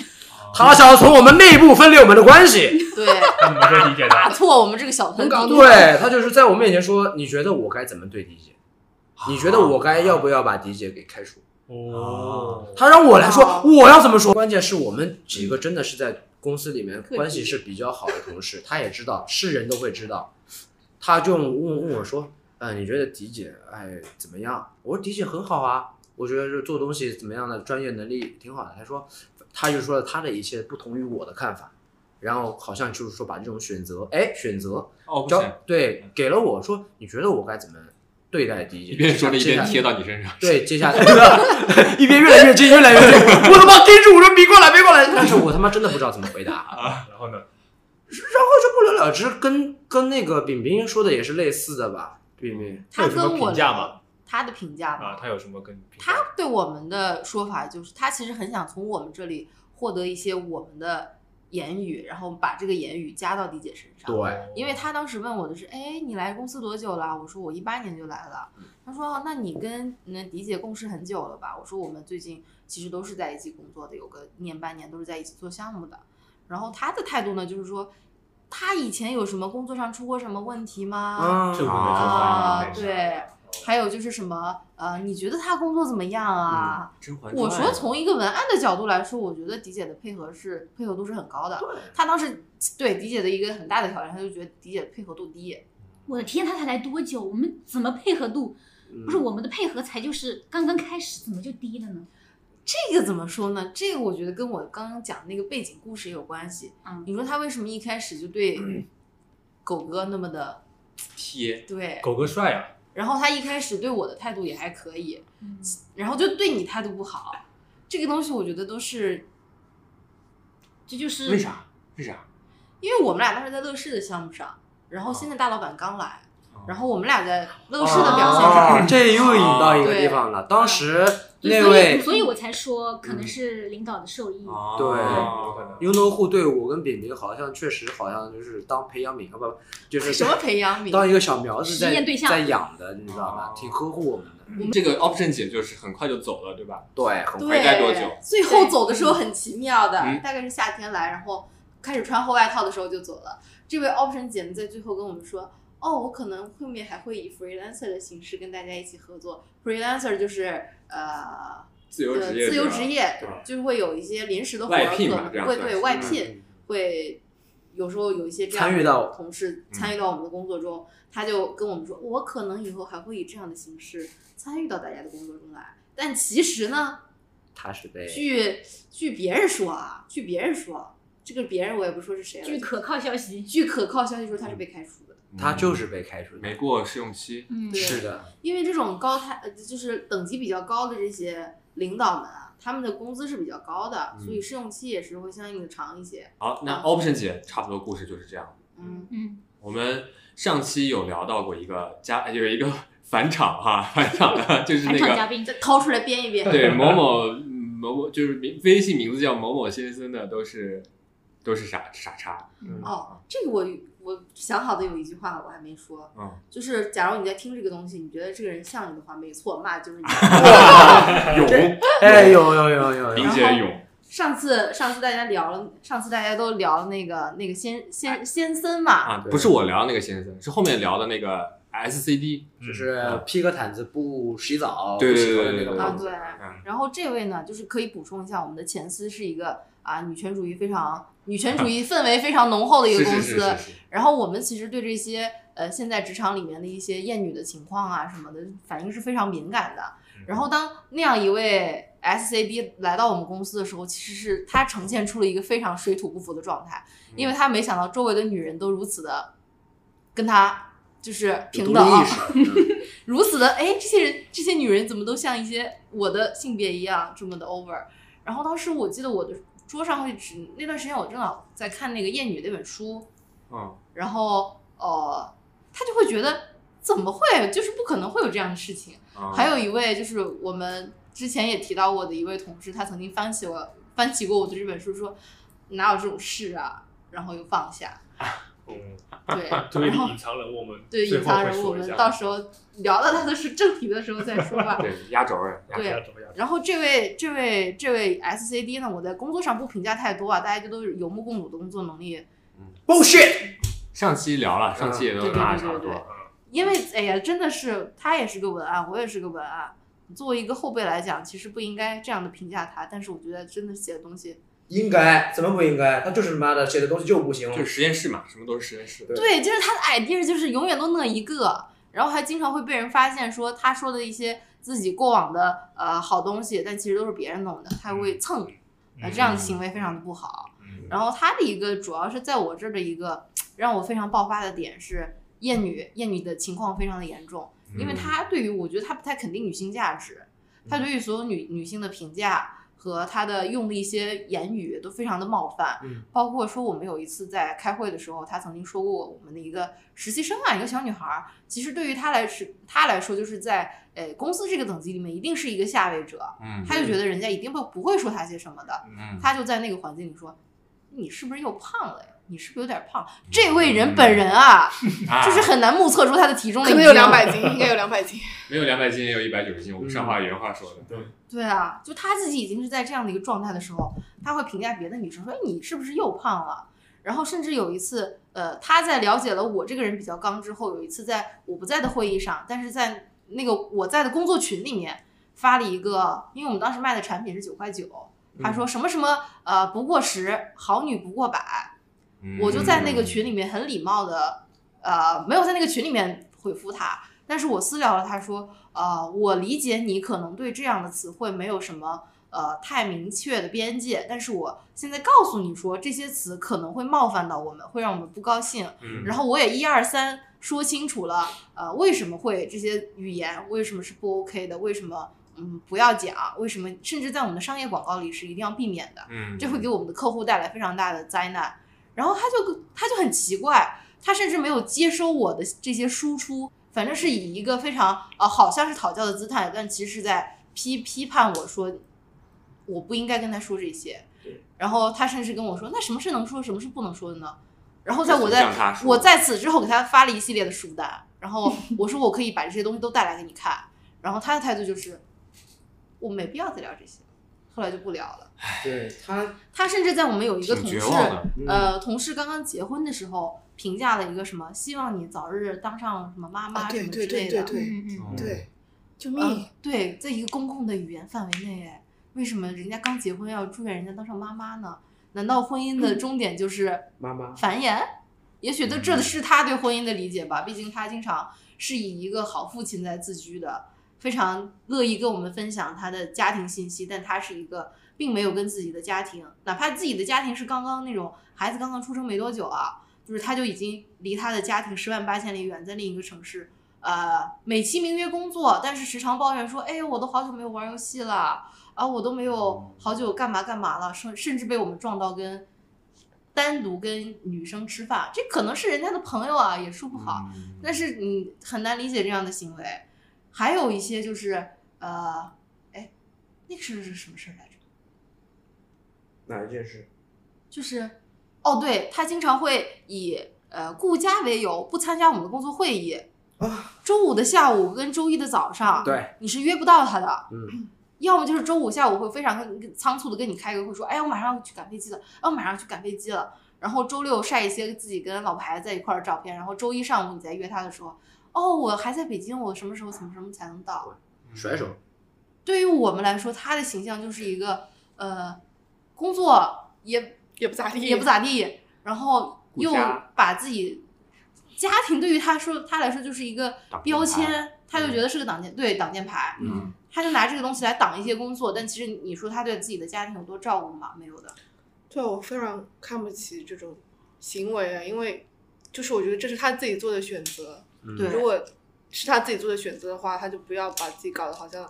Speaker 3: 她想要从我们内部分裂我们的关 系，
Speaker 1: 对，
Speaker 6: 那你们说理解
Speaker 1: 打
Speaker 6: 的，
Speaker 1: 错我们这个小团
Speaker 7: 很搞
Speaker 1: 体，
Speaker 3: 对她就是在我面前说，你觉得我该怎么对迪姐？你觉得我该要不要把迪姐给开除？
Speaker 6: 哦，
Speaker 3: 他让我来说
Speaker 1: 哦，
Speaker 3: 我要怎么说？关键是我们几个真的是在公司里面关系是比较好的同事，他也知道，是人都会知道。他就问问我说：“嗯、你觉得迪姐哎怎么样？”我说：“迪姐很好啊，我觉得是做东西怎么样的专业能力挺好的。”他说：“他就说了他的一些不同于我的看法，然后好像就是说把这种选择，哎，选择
Speaker 4: 哦不
Speaker 3: 交
Speaker 4: 行，
Speaker 3: 对给了我说，你觉得我该怎么对待迪姐？”
Speaker 4: 一边说着一
Speaker 3: 接
Speaker 4: 边
Speaker 3: 下来
Speaker 4: 贴到你身上，
Speaker 3: 对，接下来 一边越来越近，越来越近， 我他妈盯住我说别过来，别过来，但是我他妈真的不知道怎么回答，啊
Speaker 6: 然后呢？
Speaker 3: 不了了之，跟跟那个饼饼说的也是类似的吧？饼饼，
Speaker 1: 他
Speaker 6: 他有什么
Speaker 1: 跟我
Speaker 6: 评价吗？
Speaker 1: 他的评价
Speaker 6: 啊，
Speaker 1: 吧，
Speaker 6: 他有什么跟你评价
Speaker 1: 他对我们的说法就是，他其实很想从我们这里获得一些我们的言语，然后把这个言语加到迪姐身上。
Speaker 6: 啊
Speaker 3: 对，
Speaker 1: 因为他当时问我的是，哎，你来公司多久了？我说我一八年就来了。他说，哦那你跟那迪姐共事很久了吧？我说我们最近其实都是在一起工作的，有个一年半年都是在一起做项目的。然后他的态度呢，就是说，他以前有什么工作上出过什么问题吗？
Speaker 3: 嗯
Speaker 6: 这我
Speaker 4: 啊
Speaker 6: 能说翻译
Speaker 1: 啊
Speaker 6: 没事
Speaker 1: 对还有就是什么，呃，你觉得他工作怎么样啊？
Speaker 4: 嗯甄嬛
Speaker 1: 我
Speaker 4: 传
Speaker 1: 说从一个文案的角度来说，我觉得迪姐的配合是 配合度是很高的。他当时对迪姐的一个很大的挑战，他就觉得迪姐的配合度低。
Speaker 5: 我的天，他才来多久？我们怎么配合度？不是我们的配合才就是刚刚开始，怎么就低了呢？
Speaker 1: 这个怎么说呢？这个我觉得跟我刚刚讲那个背景故事也有关系。
Speaker 5: 嗯
Speaker 1: 你说他为什么一开始就 对狗哥那么的
Speaker 4: 贴，
Speaker 1: 对，
Speaker 6: 狗哥帅啊，
Speaker 1: 然后他一开始对我的态度也还可以，
Speaker 5: 嗯
Speaker 1: 然后就对你态度不好，这个东西我觉得都是
Speaker 5: 这就是
Speaker 4: 为啥？为啥？
Speaker 1: 因为我们俩当时在乐视的项目上，然后
Speaker 4: 啊
Speaker 1: 新的大老板刚来，然后我们俩在乐视的表现 上，
Speaker 3: 哦这又引到一个地方了。当时
Speaker 5: 对
Speaker 3: 那
Speaker 5: 所以，
Speaker 3: 位
Speaker 5: 所以我才说可能是领导的受益。
Speaker 3: 嗯
Speaker 4: 哦
Speaker 3: 对
Speaker 6: 有可能。
Speaker 3: You know who 对我跟饼饼好像确实好像就是当培养皿啊，不就是
Speaker 1: 什么培养皿？
Speaker 3: 当一个小苗子
Speaker 5: 实
Speaker 3: 在
Speaker 5: 验对象
Speaker 3: 在养的，你知道吧
Speaker 4: 哦？
Speaker 3: 挺呵护我们的，
Speaker 4: 这个 option 姐就是很快就走了，对吧？
Speaker 3: 对，很
Speaker 1: 对，
Speaker 4: 没待多久
Speaker 1: 最后走的时候很奇妙的，
Speaker 4: 嗯
Speaker 1: 大概是夏天来，然后开始穿厚外套的时候就走了。这位 option 姐呢，在最后跟我们说。哦，我可能后面还会以 freelancer 的形式跟大家一起合作。freelancer 就是呃
Speaker 4: 自由
Speaker 1: 呃
Speaker 4: 职业者，
Speaker 1: 自由职业
Speaker 4: 对吧，
Speaker 1: 就是会有一些临时的活
Speaker 4: 外
Speaker 1: 儿
Speaker 4: 聘
Speaker 1: 可
Speaker 4: 嘛
Speaker 1: 能
Speaker 4: 这样
Speaker 1: 会
Speaker 4: 算
Speaker 1: 对
Speaker 4: 是
Speaker 1: 外
Speaker 4: 嗯
Speaker 1: 聘会有时候有一些这
Speaker 3: 参
Speaker 1: 样
Speaker 3: 与
Speaker 1: 的
Speaker 3: 到嗯
Speaker 1: 同事参与到我们的工作中，他就跟我们说，我可能以后还会以这样的形式参与到大家的工作中来。但其实呢，
Speaker 3: 踏实呗。
Speaker 1: 据据别人说啊，据别人说，这个别人我也不说是谁了，
Speaker 5: 据
Speaker 1: 据
Speaker 5: 可靠消息，
Speaker 1: 据可靠消息说他是被开除的，
Speaker 4: 嗯
Speaker 3: 他就是被开除的。
Speaker 4: 没过试用期，
Speaker 5: 嗯
Speaker 1: 对
Speaker 3: 是的，
Speaker 1: 因为这种高态呃就是等级比较高的这些领导们啊，他们的工资是比较高的，所以
Speaker 4: 嗯
Speaker 1: 试用期也是会相应的长一些。
Speaker 4: 好，那 option 姐差不多故事就是这样。
Speaker 1: 嗯，
Speaker 5: 嗯，
Speaker 4: 我们上期有聊到过一个加，有一个 返场哈，返场的就是
Speaker 5: 返
Speaker 4: 那
Speaker 5: 场
Speaker 4: 个
Speaker 5: 嘉宾
Speaker 1: 再掏出来编 一编。
Speaker 4: 对，某某嗯某某就是名微信名字叫某某先生的，都是都是傻傻叉。
Speaker 1: 哦，这个我我想好的有一句话我还没说，
Speaker 4: 嗯
Speaker 1: 就是假如你在听这个东西，你觉得这个人像你的话，没错，骂就是你。
Speaker 2: 有
Speaker 3: 哎，有有有有
Speaker 4: 林
Speaker 3: 有，
Speaker 4: 姐 勇，
Speaker 1: 上次上次大家聊了，上次大家都聊了那个那个先先先森嘛，
Speaker 4: 啊，不是我聊那个先生，是后面聊的那个 SCD。
Speaker 3: 就，是披个毯子不洗澡，
Speaker 4: 对
Speaker 3: 不
Speaker 4: 对
Speaker 3: 洗头的
Speaker 4: 对
Speaker 3: 那
Speaker 4: 对
Speaker 3: 个
Speaker 4: 对
Speaker 3: 帽
Speaker 1: 啊
Speaker 3: 子
Speaker 1: 对，
Speaker 4: 嗯
Speaker 1: 然后这位呢，就是可以补充一下，我们的前司是一个啊女权主义非常女权主义氛围非常浓厚的一
Speaker 4: 是
Speaker 1: 个
Speaker 4: 是
Speaker 1: 公司，
Speaker 4: 是是是，
Speaker 1: 然后我们其实对这些呃现在职场里面的一些厌女的情况啊什么的反应是非常敏感的。
Speaker 3: 嗯
Speaker 1: 然后当那样一位 SCD 来到我们公司的时候，其实是他呈现出了一个非常水土不服的状态，
Speaker 3: 嗯
Speaker 1: 因为他没想到周围的女人都如此的跟他就是
Speaker 3: 有
Speaker 1: 平
Speaker 3: 独
Speaker 1: 等，啊
Speaker 3: 立意识，嗯
Speaker 1: 如此的，哎，这些人这些女人怎么都像一些我的性别一样这么的 over。然后当时我记得我的桌上会只那段时间我正好在看那个《厌女》那本书，
Speaker 4: 嗯，
Speaker 1: 然后呃，他就会觉得怎么会，就是不可能会有这样的事情。
Speaker 6: 哦
Speaker 4: 嗯
Speaker 1: 还有一位就是我们之前也提到过的一位同事，他曾经翻起我翻起过我的这本书说，哪有这种事啊，然后又放下。
Speaker 6: 嗯，
Speaker 1: 对，
Speaker 6: 作为
Speaker 1: 然后
Speaker 6: 隐藏人物，我们
Speaker 1: 对
Speaker 6: 最
Speaker 1: 隐
Speaker 6: 后
Speaker 1: 藏
Speaker 6: 会
Speaker 1: 人物，我
Speaker 6: 说一
Speaker 1: 们
Speaker 6: 下。
Speaker 1: 到时候聊到他的是正题的时候再说吧。
Speaker 4: 对压轴人，压轴
Speaker 1: 对
Speaker 6: 压轴压轴
Speaker 1: 然后这位这位这位 SCD 呢，我在工作上不评价太多啊，大家就都是有目共睹的工作能力。
Speaker 3: bullshit，
Speaker 4: 上期聊了，上期也
Speaker 1: 嗯
Speaker 4: 都
Speaker 1: 对对
Speaker 4: 骂
Speaker 1: 对
Speaker 4: 得差不
Speaker 1: 对对
Speaker 4: 多。
Speaker 1: 因为哎呀，真的是他也是个文案，我也是个文案。作为一个后辈来讲，其实不应该这样的评价他，但是我觉得真的写的东西，
Speaker 3: 应该怎么不应该？他就是妈的写的东西就不行，
Speaker 4: 就是实验室嘛，什么都是实验室。
Speaker 3: 对
Speaker 1: 对，就是他的 idea 就是永远都那一个，然后还经常会被人发现说他说的一些自己过往的呃好东西，但其实都是别人弄的，他会蹭，呃这样的行为非常的不好。
Speaker 6: 嗯
Speaker 1: 然后他的一个主要是在我这儿的一个让我非常爆发的点是厌女，厌女的情况非常的严重，因为
Speaker 7: 嗯
Speaker 1: 他对于我觉得他不太肯定女性价值，他对于所有女女性的评价和他的用的一些言语都非常的冒犯，
Speaker 3: 嗯
Speaker 1: 包括说我们有一次在开会的时候，他曾经说过我们的一个实习生啊，一个小女孩儿，其实对于她来是她来说就是在呃公司这个等级里面一定是一个下位者，
Speaker 4: 嗯
Speaker 1: 他就觉得人家一定不不会说他些什么的，
Speaker 4: 嗯，
Speaker 1: 他就在那个环境里说：“你是不是又胖了呀？你是不是有点胖？”
Speaker 7: 嗯
Speaker 1: 这位人本人 啊，
Speaker 4: 啊
Speaker 1: 就是很难目测出他的体重了，
Speaker 7: 可能有两。百斤，应该有两百斤。
Speaker 4: 没有两百斤，也有一百九十斤。我们上话
Speaker 3: 嗯
Speaker 4: 原话说的，
Speaker 1: 对啊，就他自己已经是在这样的一个状态的时候，他会评价别的女生说：“哎，你是不是又胖了？”然后甚至有一次，呃，他在了解了我这个人比较刚之后，有一次在我不在的会议上，但是在那个我在的工作群里面发了一个，因为我们当时卖的产品是九块九，
Speaker 3: 嗯
Speaker 1: 他说什么什么呃不过十，好女不过百，
Speaker 4: 嗯
Speaker 1: 我就在那个群里面很礼貌的，呃，没有在那个群里面回复他，但是我私聊了他说，呃，我理解你可能对这样的词汇没有什么呃太明确的边界，但是我现在告诉你说这些词可能会冒犯到我们，会让我们不高兴，
Speaker 4: 嗯
Speaker 1: 然后我也一二三说清楚了，呃，为什么会这些语言，为什么是不 OK 的，为什么嗯不要讲，为什么甚至在我们的商业广告里是一定要避免的。
Speaker 4: 嗯，
Speaker 1: 这会给我们的客户带来非常大的灾难。然后他就他就很奇怪，他甚至没有接收我的这些输出，反正是以一个非常呃好像是讨教的姿态，但其实是在批批判我说我不应该跟他说这些。然后他甚至跟我说，那什么是能说，什么是不能说的呢？然后在我在
Speaker 4: 向他说
Speaker 1: 我在此之后给他发了一系列的书单，然后 我说我可以把这些东西都带来给你看，然后他的态度就是我没必要再聊这些，后来就不聊了。
Speaker 3: 对他，嗯
Speaker 1: 他甚至在我们有一个
Speaker 4: 挺
Speaker 1: 同
Speaker 4: 绝
Speaker 1: 事，
Speaker 4: 望的，
Speaker 1: 呃，同事刚刚结婚的时候评价了一个什么，希望你早日当上什么妈妈
Speaker 7: 啊
Speaker 1: 什
Speaker 7: 对
Speaker 1: 么之
Speaker 7: 对对
Speaker 1: 类
Speaker 7: 对
Speaker 1: 的。
Speaker 7: 对
Speaker 4: 嗯
Speaker 7: 对，啊救
Speaker 1: 嗯
Speaker 7: 命！，
Speaker 1: 对，在一个公共的语言范围内，哎，为什么人家刚结婚要祝愿人家当上妈妈呢？难道婚姻
Speaker 7: 嗯
Speaker 1: 的终点就是
Speaker 3: 妈妈
Speaker 1: 繁衍？也许这这是他对婚姻的理解吧，毕竟他经常是以一个好父亲在自居的，非常乐意跟我们分享他的家庭信息，但他是一个并没有跟自己的家庭，哪怕自己的家庭是刚刚那种孩子刚刚出生没多久啊，就是他就已经离他的家庭十万八千里远，在另一个城市，呃，美其名曰工作，但是时常抱怨说，哎，我都好久没有玩游戏了，啊，我都没有好久干嘛干嘛了，甚甚至被我们撞到跟单独跟女生吃饭，这可能是人家的朋友啊，也说不好。
Speaker 4: 嗯
Speaker 1: 但是你很难理解这样的行为。还有一些就是呃，哎，那个是是什么事儿来着？
Speaker 3: 哪一件事？
Speaker 1: 就是哦，对他经常会以呃顾家为由不参加我们的工作会议。周五的下午跟周一的早上，
Speaker 3: 啊对，
Speaker 1: 你是约不到他的。
Speaker 3: 嗯，
Speaker 1: 要么就是周五下午会非常跟跟仓促的跟你开个会，说，哎，我马上要去赶飞机了，哎，我马上要去赶飞机了。然后周六晒一些自己跟老婆孩子在一块儿的照片，然后周一上午你再约他的时候，哦，我还在北京，我什么时候什么时候才能到？
Speaker 3: 嗯甩手，
Speaker 1: 对于我们来说，他的形象就是一个呃，工作也
Speaker 7: 也不咋地，
Speaker 1: 也不咋地，然后又
Speaker 4: 顾家
Speaker 1: 把自己家庭对于他说他来说就是一个
Speaker 4: 挡箭
Speaker 1: 标签
Speaker 4: 牌，
Speaker 1: 他就觉得是个挡箭，对挡箭牌，
Speaker 4: 嗯，
Speaker 1: 他就拿这个东西来挡一些工作，但其实你说他对自己的家庭有多照顾吗？没有的。
Speaker 7: 对，啊我非常看不起这种行为啊，因为就是我觉得这是他自己做的选择。
Speaker 4: 嗯
Speaker 1: 对
Speaker 7: 如果是他自己做的选择的话，他就不要把自己搞得好像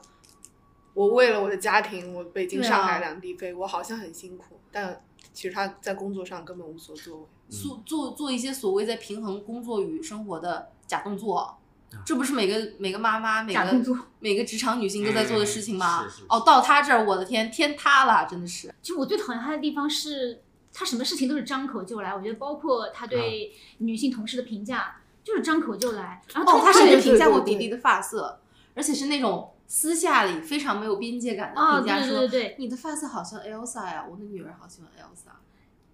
Speaker 7: 我为了我的家庭，我北京、
Speaker 1: 对啊
Speaker 7: 上海两地飞，我好像很辛苦，但其实他在工作上根本无所作为。
Speaker 1: 做做做一些所谓在平衡工作与生活的假动
Speaker 4: 啊
Speaker 1: 作，这不是每个每个妈妈每
Speaker 5: 假动
Speaker 1: 个
Speaker 5: 作。
Speaker 1: 每个职场女性都在做的事情吗
Speaker 4: 嗯是是？
Speaker 1: 哦，到他这儿，我的天，天塌了，真的是。
Speaker 5: 就我最讨厌他的地方是，他什么事情都是张口就来。我觉得包括他对女性同事的评价，就是张口就来。然后
Speaker 1: 哦，他甚
Speaker 5: 是
Speaker 1: 至评价过
Speaker 7: 对对
Speaker 1: 迪迪的发色，而且是那种私下里非常没有边界感的
Speaker 5: 啊，
Speaker 1: 评
Speaker 5: 对
Speaker 1: 价，
Speaker 5: 对
Speaker 1: 说
Speaker 5: 对对，
Speaker 1: 你的发色好像 Elsa 呀，我的女儿好喜欢 Elsa，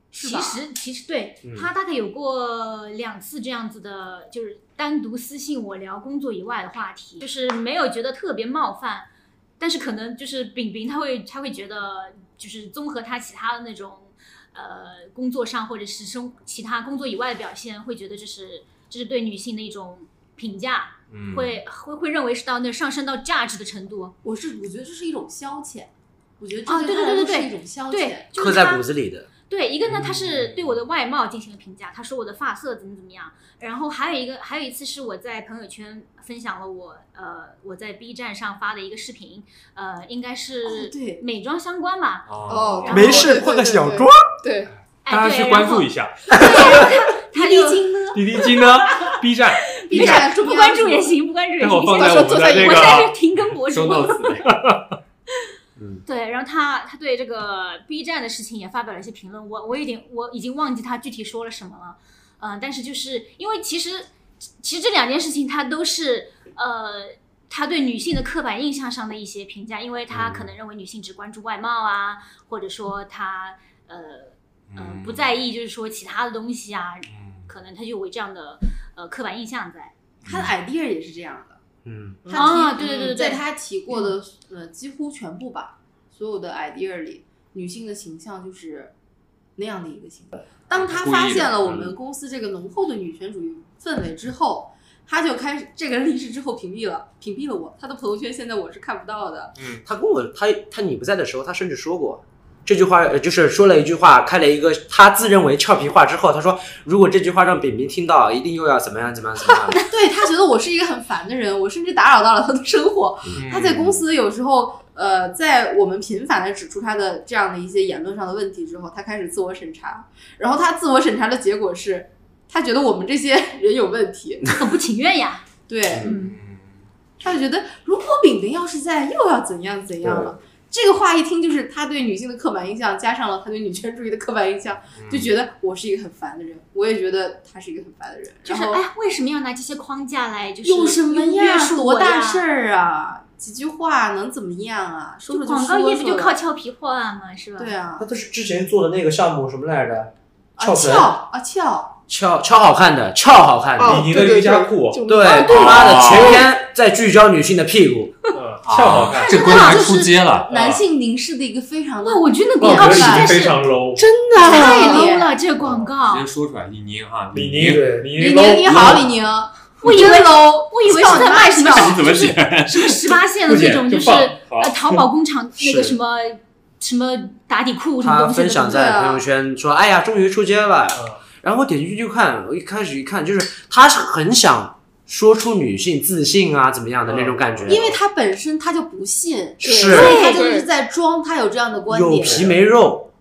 Speaker 1: 是
Speaker 5: 其
Speaker 1: 吧？
Speaker 5: 实其实对
Speaker 3: 嗯
Speaker 5: 他大概有过两次这样子的，就是单独私信我聊工作以外的话题，就是没有觉得特别冒犯，但是可能就是饼饼他会他会觉得就是综合他其他的那种呃工作上或者是生其他工作以外的表现，会觉得这是这是对女性的一种评价，
Speaker 4: 嗯，
Speaker 5: 会会会认为是到那上升到价值的程度，
Speaker 1: 我是我觉得这是一种消遣，我觉得
Speaker 5: 啊
Speaker 1: 这
Speaker 5: 对
Speaker 1: 他来
Speaker 5: 对
Speaker 1: 说
Speaker 5: 对对
Speaker 1: 是一种消遣。
Speaker 5: 对，就
Speaker 3: 刻
Speaker 5: 是
Speaker 3: 在
Speaker 5: 他
Speaker 3: 骨子里的。
Speaker 5: 对，一个呢，他是对我的外貌进行了评价，他说我的发色怎么怎么样。然后还有一个，还有一次是我在朋友圈分享了我呃我在 B 站上发的一个视频，呃，应该
Speaker 1: 哦
Speaker 5: 是
Speaker 1: 对
Speaker 5: 美妆相关吧。
Speaker 4: 哦，
Speaker 5: 然后
Speaker 2: 没事，换个小桌。
Speaker 7: 对，
Speaker 6: 大
Speaker 5: 哎，
Speaker 6: 家
Speaker 5: 对，
Speaker 6: 去关注一
Speaker 5: 然后
Speaker 6: 下
Speaker 5: 他
Speaker 1: 迪
Speaker 5: 就
Speaker 1: 丽金 呢？
Speaker 6: 滴滴鸡呢，B 站，
Speaker 1: B 站
Speaker 5: 不关注也行，不关注也
Speaker 6: 待
Speaker 5: 行
Speaker 6: 会。儿放在
Speaker 7: 到时候
Speaker 6: 我们
Speaker 7: 做
Speaker 6: 的
Speaker 7: 在
Speaker 6: 这
Speaker 5: 我现在是
Speaker 6: 个
Speaker 5: 停更博主
Speaker 4: 收。到此。
Speaker 5: 对，然后他他对这个 B 站的事情也发表了一些评论，我我有点我已经忘记他具体说了什么了，嗯、但是就是因为其实其实这两件事情他都是呃他对女性的刻板印象上的一些评价，因为他可能认为女性只关注外貌啊，或者说他呃呃
Speaker 4: 嗯
Speaker 5: 不在意就是说其他的东西啊，
Speaker 4: 嗯
Speaker 5: 可能他就有这样的呃刻板印象在。
Speaker 1: 他的 idea 也是这样的。
Speaker 3: 嗯，
Speaker 1: 他提
Speaker 5: 啊对对对对嗯
Speaker 1: 在他提过的呃几乎全部吧，所有的 idea 里，女性的形象就是那样的一个形象。当他发现了我们公司这个浓厚的女权主义氛围之后，他就开始这个人离职之后屏蔽了屏蔽了我，他的朋友圈现在我是看不到的。
Speaker 4: 嗯，
Speaker 3: 他跟我他他你不在的时候，他甚至说过这句话，呃就是说了一句话，开了一个他自认为俏皮话之后，他说如果这句话让饼饼听到，一定又要怎么样怎么样怎么样。
Speaker 1: 对他觉得我是一个很烦的人，我甚至打扰到了他的生活。他在公
Speaker 4: 司
Speaker 1: 司有时候，呃，在我们频繁的指出他的这样的一些言论上的问题之后，他开始自我审查，然后他自我审查的结果是，他觉得我们这些人有问题，
Speaker 5: 很不情愿呀，
Speaker 1: 对，
Speaker 5: 嗯，
Speaker 1: 他就觉得如果饼饼要是在，又要怎样怎样了。这个话一听就是他对女性的刻板印象，加上了他对女权主义的刻板印象，
Speaker 4: 嗯
Speaker 1: 就觉得我是一个很烦的人，我也觉得他是一个很烦的人，
Speaker 5: 就是
Speaker 1: 然后
Speaker 5: 哎，为什么要拿这些框架来就是
Speaker 1: 有什么
Speaker 5: 约
Speaker 1: 呀？
Speaker 5: 束我
Speaker 1: 多大
Speaker 5: 呀
Speaker 1: 事儿啊？几句话能怎么样啊？说说
Speaker 5: 就
Speaker 1: 就
Speaker 5: 广告业不
Speaker 1: 说说
Speaker 5: 就靠
Speaker 1: 了
Speaker 5: 俏皮话嘛，是吧？
Speaker 1: 对啊
Speaker 3: 他，都是之前做的那个项目什么来着？
Speaker 1: 啊
Speaker 3: 盆
Speaker 1: 翘啊翘，
Speaker 3: 翘翘好看的，翘好看的。
Speaker 7: 哦，
Speaker 6: 李宁
Speaker 7: 对
Speaker 6: 的
Speaker 7: 对
Speaker 6: 瑜伽
Speaker 7: 对
Speaker 6: 裤
Speaker 7: 就
Speaker 3: 对，
Speaker 7: 啊
Speaker 3: 他妈的，
Speaker 4: 哦
Speaker 3: 全篇在聚焦女性的屁股。
Speaker 6: 嗯，恰好看，
Speaker 4: 这
Speaker 1: 这
Speaker 4: 哥
Speaker 1: 个
Speaker 4: 们还
Speaker 1: 就
Speaker 4: 出
Speaker 1: 是
Speaker 4: 街了，
Speaker 1: 男性凝视的一个非常
Speaker 5: 哇，我觉得那广
Speaker 6: 我觉
Speaker 5: 告
Speaker 6: 得
Speaker 5: 实
Speaker 6: 已
Speaker 5: 在
Speaker 6: 经非
Speaker 5: 是
Speaker 6: 常 low。
Speaker 7: 真的啊
Speaker 5: 太
Speaker 1: 了
Speaker 5: low 了，这个广告
Speaker 4: 直接，说出来，李宁哈，
Speaker 6: 李
Speaker 4: 宁，
Speaker 6: 宁，
Speaker 1: 李
Speaker 6: 李
Speaker 1: 宁
Speaker 6: low，
Speaker 1: 你好，李宁，
Speaker 5: 我以为
Speaker 1: 哦
Speaker 5: 我以为是在卖什么
Speaker 1: 翘
Speaker 4: 你怎么写？
Speaker 5: 什么十八线的那
Speaker 6: 不剪
Speaker 5: 种，
Speaker 6: 就是放好
Speaker 5: 呃淘宝工厂那个
Speaker 3: 是
Speaker 5: 什么什么打底裤什么
Speaker 3: 他
Speaker 5: 东西
Speaker 3: 分享
Speaker 5: 的。
Speaker 3: 在朋友圈说：“哎呀，终于出街了。
Speaker 6: 嗯”
Speaker 3: 然后我点进去看，我一开始一看就是他是很想说出女性自信啊怎么样的那种感觉，
Speaker 6: 嗯
Speaker 1: 因为他本身他就不信，
Speaker 3: 是
Speaker 1: 所以他
Speaker 5: 对
Speaker 1: 就是在装他有这样的观
Speaker 3: 有
Speaker 1: 点。
Speaker 3: 皮没肉，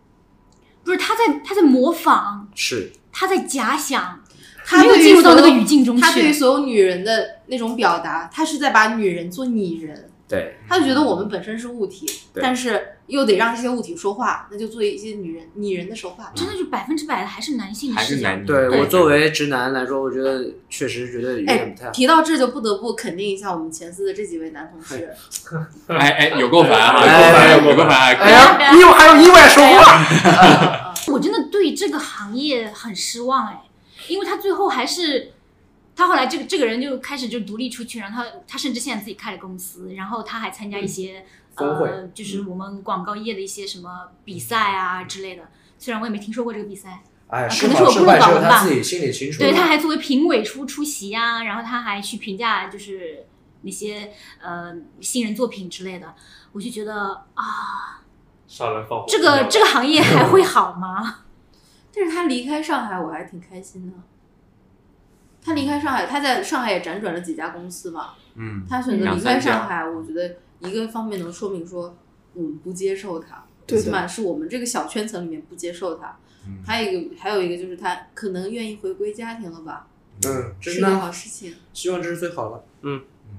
Speaker 5: 不是他在他在模仿，
Speaker 3: 是
Speaker 5: 他在假想，
Speaker 1: 他
Speaker 5: 没有
Speaker 1: 对于
Speaker 5: 进入到那
Speaker 1: 所
Speaker 5: 个
Speaker 1: 有
Speaker 5: 语境中
Speaker 1: 他对于
Speaker 5: 去。
Speaker 1: 所有女人的那种表达，他是在把女人做拟人，
Speaker 3: 对，
Speaker 1: 他就觉得我们本身是物体，
Speaker 3: 对
Speaker 1: 但是又得让这些物体说话，那就做一些女人拟人的手法吧。
Speaker 5: 真的就百分之百的还是男性的
Speaker 4: 还是
Speaker 5: 视角。
Speaker 4: 男女
Speaker 3: 嗯对我
Speaker 5: 对
Speaker 3: 作为直男来说，我觉得确实觉得有点
Speaker 1: 哎
Speaker 3: 不太，好。
Speaker 1: 提到这就不得不肯定一下我们前司的这几位男同事，
Speaker 4: 哎哎，有够烦啊，有够
Speaker 3: 哎
Speaker 4: 烦，有够烦，哎
Speaker 3: 哎呀，一会儿还有意外
Speaker 5: 哎
Speaker 3: 收获。
Speaker 1: 呃
Speaker 5: 我真的对这个行业很失望哎，因为他最后还是，他后来这个这个人就开始就独立出去，然后他他甚至现在自己开了公司，然后他还参加一些、
Speaker 3: 峰会
Speaker 5: 呃，就是我们广告业的一些什么比赛啊之类的。虽然我也没听说过这个比赛，
Speaker 3: 哎，
Speaker 5: 啊可
Speaker 3: 是
Speaker 5: 能
Speaker 3: 好
Speaker 5: 是我
Speaker 3: 是
Speaker 5: 不
Speaker 3: 坏，
Speaker 5: 懂
Speaker 3: 只有他
Speaker 5: 吧
Speaker 3: 自己心里清楚。
Speaker 5: 对，他还作为评委出出席啊，然后他还去评价就是那些呃新人作品之类的，我就觉得啊，
Speaker 6: 上来放火
Speaker 5: 这个这个行业还会好吗？
Speaker 1: 但是他离开上海，我还挺开心的。他离开上海，他在上海也辗转了几家公司嘛。
Speaker 4: 嗯，
Speaker 1: 他选择
Speaker 4: 两
Speaker 1: 离开
Speaker 4: 三家
Speaker 1: 上海，我觉得一个方面能说明说我们不接受他，
Speaker 7: 对的
Speaker 1: 起码是我们这个小圈层里面不接受他。
Speaker 4: 嗯
Speaker 1: 还有一个，还有一个就是他可能愿意回归家庭了吧，
Speaker 3: 嗯，这
Speaker 1: 是
Speaker 3: 是
Speaker 1: 个
Speaker 3: 那
Speaker 1: 好事情。
Speaker 3: 希望这是最好的。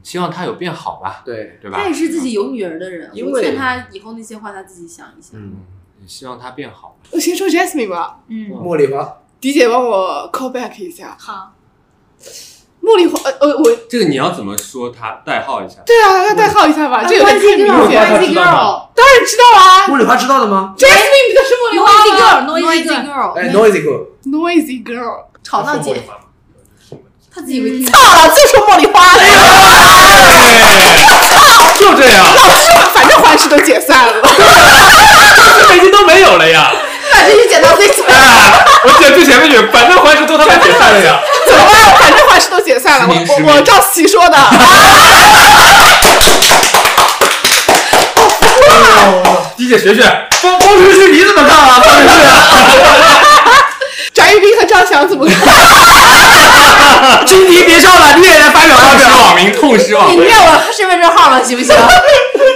Speaker 4: 希望他有变好吧，
Speaker 3: 对，
Speaker 4: 对吧？
Speaker 1: 他也是自己有女儿的人，
Speaker 3: 因
Speaker 1: 我
Speaker 3: 为
Speaker 1: 劝他以后那些话他自己想一想。
Speaker 3: 嗯，
Speaker 4: 嗯，也希望他变好。
Speaker 7: 我先说 Jasmine 吧，
Speaker 5: 嗯，
Speaker 3: 茉莉花，
Speaker 7: 迪姐帮我 call back 一下。
Speaker 5: 好，
Speaker 7: 茉莉花，呃呃，我
Speaker 4: 这个你要怎么说他代号一下？
Speaker 7: 对啊，要代号一下吧，这有点
Speaker 1: 关系
Speaker 7: 太明显了。
Speaker 6: 我怕他
Speaker 1: girl，关系
Speaker 6: 知道吗
Speaker 1: girl，
Speaker 7: 当然知道啊
Speaker 3: 茉莉花知道的吗？
Speaker 7: ，Jasmine 不就是茉莉花
Speaker 5: Noisy girl，noisy girl。
Speaker 7: 吗
Speaker 1: girl，
Speaker 3: 哎，noisy girl，
Speaker 7: Noisy girl，
Speaker 1: 吵闹姐，他自己会听。
Speaker 7: 啊，就是茉莉花了呀，
Speaker 6: 就这样，
Speaker 7: 反正欢事都解散了，
Speaker 6: 北京都没有了呀。
Speaker 7: 反正就剪到最前，
Speaker 6: 哎，我记得最前面有，反正环球都他们解散了呀。
Speaker 7: 怎么办？反正欢事都解散了，我
Speaker 4: 实名
Speaker 7: 我我照齐说的，
Speaker 6: 迪姐学学，方方程式你怎么看啊？方程式，
Speaker 7: 翟玉斌和张翔怎么看？
Speaker 6: 金迪别笑了，你也来发表发
Speaker 4: 痛失
Speaker 6: 表。
Speaker 4: 网名，痛失网
Speaker 1: 你
Speaker 4: 名。
Speaker 1: 念我身份证号吧，行不行？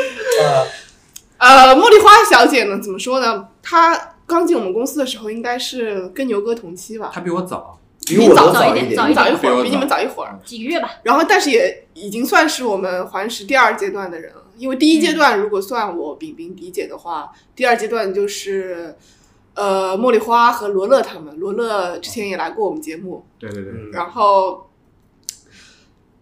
Speaker 7: 呃，茉莉花小姐呢？怎么说呢？她刚进我们公司的时候，应该是跟牛哥同期吧，
Speaker 4: 他比我早，
Speaker 3: 比我都
Speaker 5: 早一
Speaker 3: 一
Speaker 5: 点早
Speaker 7: 比你早一
Speaker 4: 嗯比
Speaker 7: 会
Speaker 4: 我
Speaker 7: 儿，
Speaker 4: 早嗯
Speaker 7: 比你们早一会儿。
Speaker 5: 几个月吧，
Speaker 7: 然后，但是也已经算是我们环石第二阶段的人了，因为第一阶段如果算我饼饼迪姐的话，第二阶段就是呃茉莉花和罗乐他们，罗乐之前也来过我们节目，
Speaker 4: 对对对，
Speaker 3: 嗯
Speaker 7: 然后，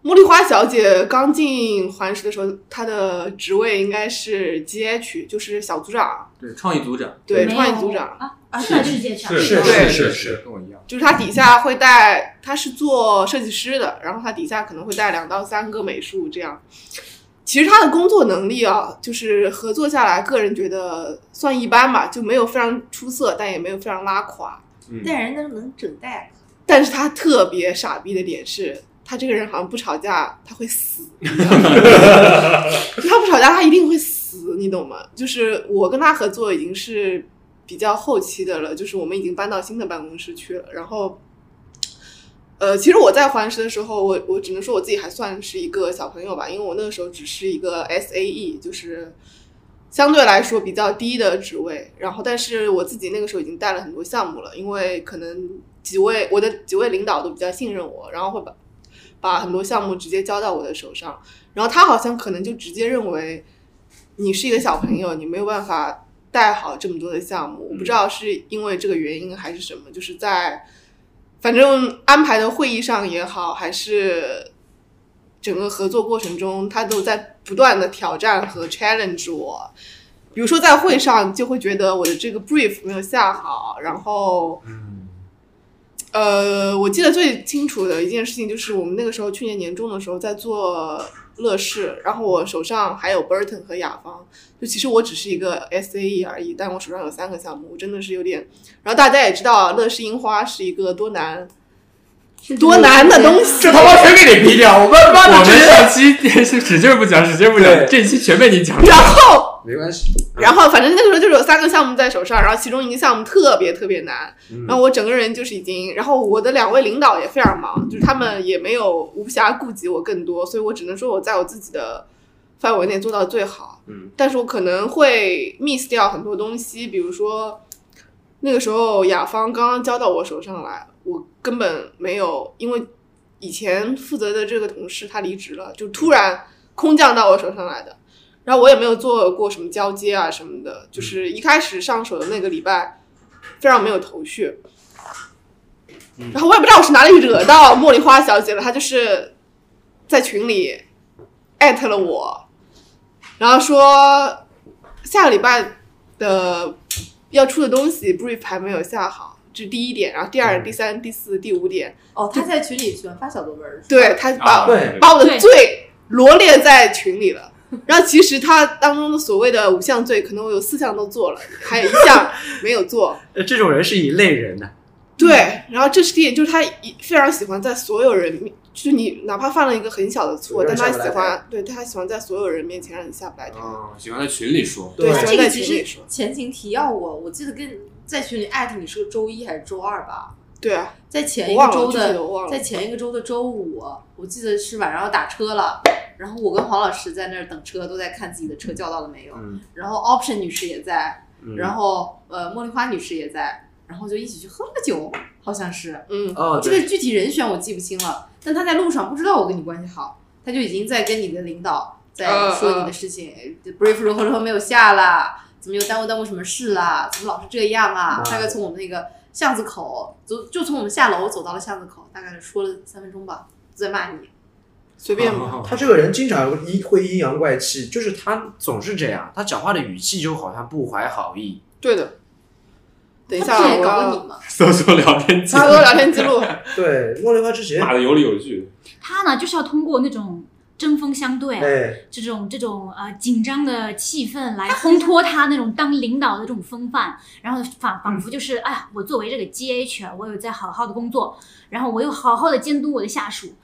Speaker 7: 茉莉花小姐刚进环石的时候，她的职位应该是 GH，就是小组长，
Speaker 4: 对创意组长，
Speaker 7: 对，
Speaker 5: 没有
Speaker 7: 创意组长，
Speaker 5: 啊，
Speaker 1: 啊，
Speaker 5: 算是接洽，
Speaker 6: 是
Speaker 7: 对
Speaker 3: 是
Speaker 4: 是，跟我一样。
Speaker 7: 就是她底下会带，她是做设计师的，然后她底下可能会带两到三个美术这样。其实她的工作能力啊，就是合作下来，个人觉得算一般吧，就没有非常出色，但也没有非常拉垮。
Speaker 4: 嗯
Speaker 1: 但人家能整代，啊
Speaker 7: 但是她特别傻逼的点是，她这个人好像不吵架，她会死。他不吵架，他一定会死，你懂吗？就是我跟他合作已经是比较后期的了，就是我们已经搬到新的办公室去了。然后，呃，其实我在环石的时候，我我只能说我自己还算是一个小朋友吧，因为我那个时候只是一个 SAE，就是相对来说比较低的职位。然后，但是我自己那个时候已经带了很多项目了，因为可能几位我的几位领导都比较信任我，然后会把把很多项目直接交到我的手上。然后他好像可能就直接认为你是一个小朋友，你没有办法带好这么多的项目。我不知道是因为这个原因还是什么，就是在反正安排的会议上也好，还是整个合作过程中，他都在不断的挑战和 challenge 我。比如说在会上就会觉得我的这个 brief 没有下好，然后
Speaker 4: 嗯，
Speaker 7: 呃，我记得最清楚的一件事情就是我们那个时候去年年中的时候在做乐视，然后我手上还有 Burton 和雅芳，就其实我只是一个 SAE 而已，但我手上有三个项目，我真的是有点。然后大家也知道，啊乐视樱花是一个多难多难的东西，
Speaker 3: 这他妈全给你逼掉，我们
Speaker 4: 我
Speaker 3: 妈的
Speaker 4: 们
Speaker 3: 直接。
Speaker 4: 上期 是使劲儿不讲，使劲儿不讲，
Speaker 3: 对
Speaker 4: 这一期全被你讲。
Speaker 7: 然后
Speaker 3: 没关系，
Speaker 7: 然后反正那个时候就是有三个项目在手上，然后其中一个项目特别特别难，
Speaker 3: 嗯
Speaker 7: 然后我整个人就是已经，然后我的两位领导也非常忙，就是他们也没有无暇顾及我更多，所以我只能说我在我自己的范围内做到最好，
Speaker 3: 嗯，
Speaker 7: 但是我可能会 miss 掉很多东西，比如说那个时候雅芳刚刚交到我手上来，我根本没有，因为以前负责的这个同事他离职了，就突然空降到我手上来的。然后我也没有做过什么交接啊什么的，就是一开始上手的那个礼拜非常没有头绪，然后我也不知道我是哪里惹到茉莉花小姐了，她就是在群里艾特了我，然后说下个礼拜的要出的东西 brief 还没有下好，这是第一点，然后第二、第三、第四、第五点，
Speaker 1: 哦，他在群里喜欢发小作文儿，
Speaker 7: 对，她把、
Speaker 4: 啊，
Speaker 6: 对
Speaker 7: 把我的
Speaker 5: 对
Speaker 7: 罪罗列在群里了。然后其实他当中的所谓的五项罪，可能我有四项都做了，还有一 项没有做。
Speaker 1: 嗯
Speaker 3: 呃这种人是一类人的，
Speaker 7: 对，然后这是第一，就是他一非常喜欢在所有人面，就是你哪怕犯了一个很小的错，
Speaker 3: 有
Speaker 7: 但
Speaker 3: 人
Speaker 7: 他
Speaker 3: 下不
Speaker 7: 喜
Speaker 3: 来哦
Speaker 7: 欢，对他喜欢在所有人面前让你下不来台。
Speaker 4: 嗯，喜欢在群里说，
Speaker 7: 对，喜
Speaker 1: 这
Speaker 7: 欢
Speaker 1: 个
Speaker 7: 在
Speaker 1: 其
Speaker 7: 群里
Speaker 1: 实。
Speaker 7: 说
Speaker 1: 前情提要我，我记得跟在群里艾特你是个周一还是周二吧，
Speaker 7: 对啊，
Speaker 1: 在前
Speaker 7: 我
Speaker 1: 一个
Speaker 7: 忘了，
Speaker 1: 周
Speaker 7: 具体
Speaker 1: 的
Speaker 7: 的我忘
Speaker 1: 在
Speaker 7: 了。
Speaker 1: 前一个周的周五，我记得是晚上要打车了，然后我跟黄老师在那儿等车，都在看自己的车叫到了没有。
Speaker 4: 嗯
Speaker 1: 然后 Option 女士也在，
Speaker 3: 嗯
Speaker 1: 然后呃茉莉花女士也在，然后就一起去喝了酒，好像是
Speaker 7: 嗯，
Speaker 3: 哦，
Speaker 1: 这
Speaker 3: 对，
Speaker 1: 个具体人选我记不清了。但他在路上不知道我跟你关系好，他就已经在跟你的领导在
Speaker 7: 嗯
Speaker 1: 说你的事情、b r i e f 如何如何没有下啦，怎么又耽误耽误什么事啦，怎么老是这样啊？
Speaker 3: 嗯
Speaker 1: 大概从我们那个巷子口走，就从我们下楼走到了巷子口，大概说了三分钟吧，在骂你。
Speaker 7: 随便吧。
Speaker 3: 他这个人经常阴会阴阳怪气，就是他总是这样，他讲话的语气就好像不怀好意。
Speaker 7: 对的。等一
Speaker 1: 他
Speaker 7: 下，
Speaker 1: 不
Speaker 7: 啊
Speaker 1: 是
Speaker 7: 我
Speaker 1: 也搞过
Speaker 7: 要
Speaker 1: 你吗？
Speaker 4: 搜索聊天记
Speaker 7: 他
Speaker 4: 录，
Speaker 7: 多聊天记录。
Speaker 3: 对，茉莉花之前，
Speaker 4: 骂的有理有据，
Speaker 5: 他呢就是要通过那种针锋相对啊，
Speaker 3: 哎，
Speaker 5: 这种这种呃紧张的气氛来烘托他那种当领导的这种风范，然后仿仿佛就是哎呀，我作为这个 GH，我有在好好的工作，然后我有好好的监督我的下属，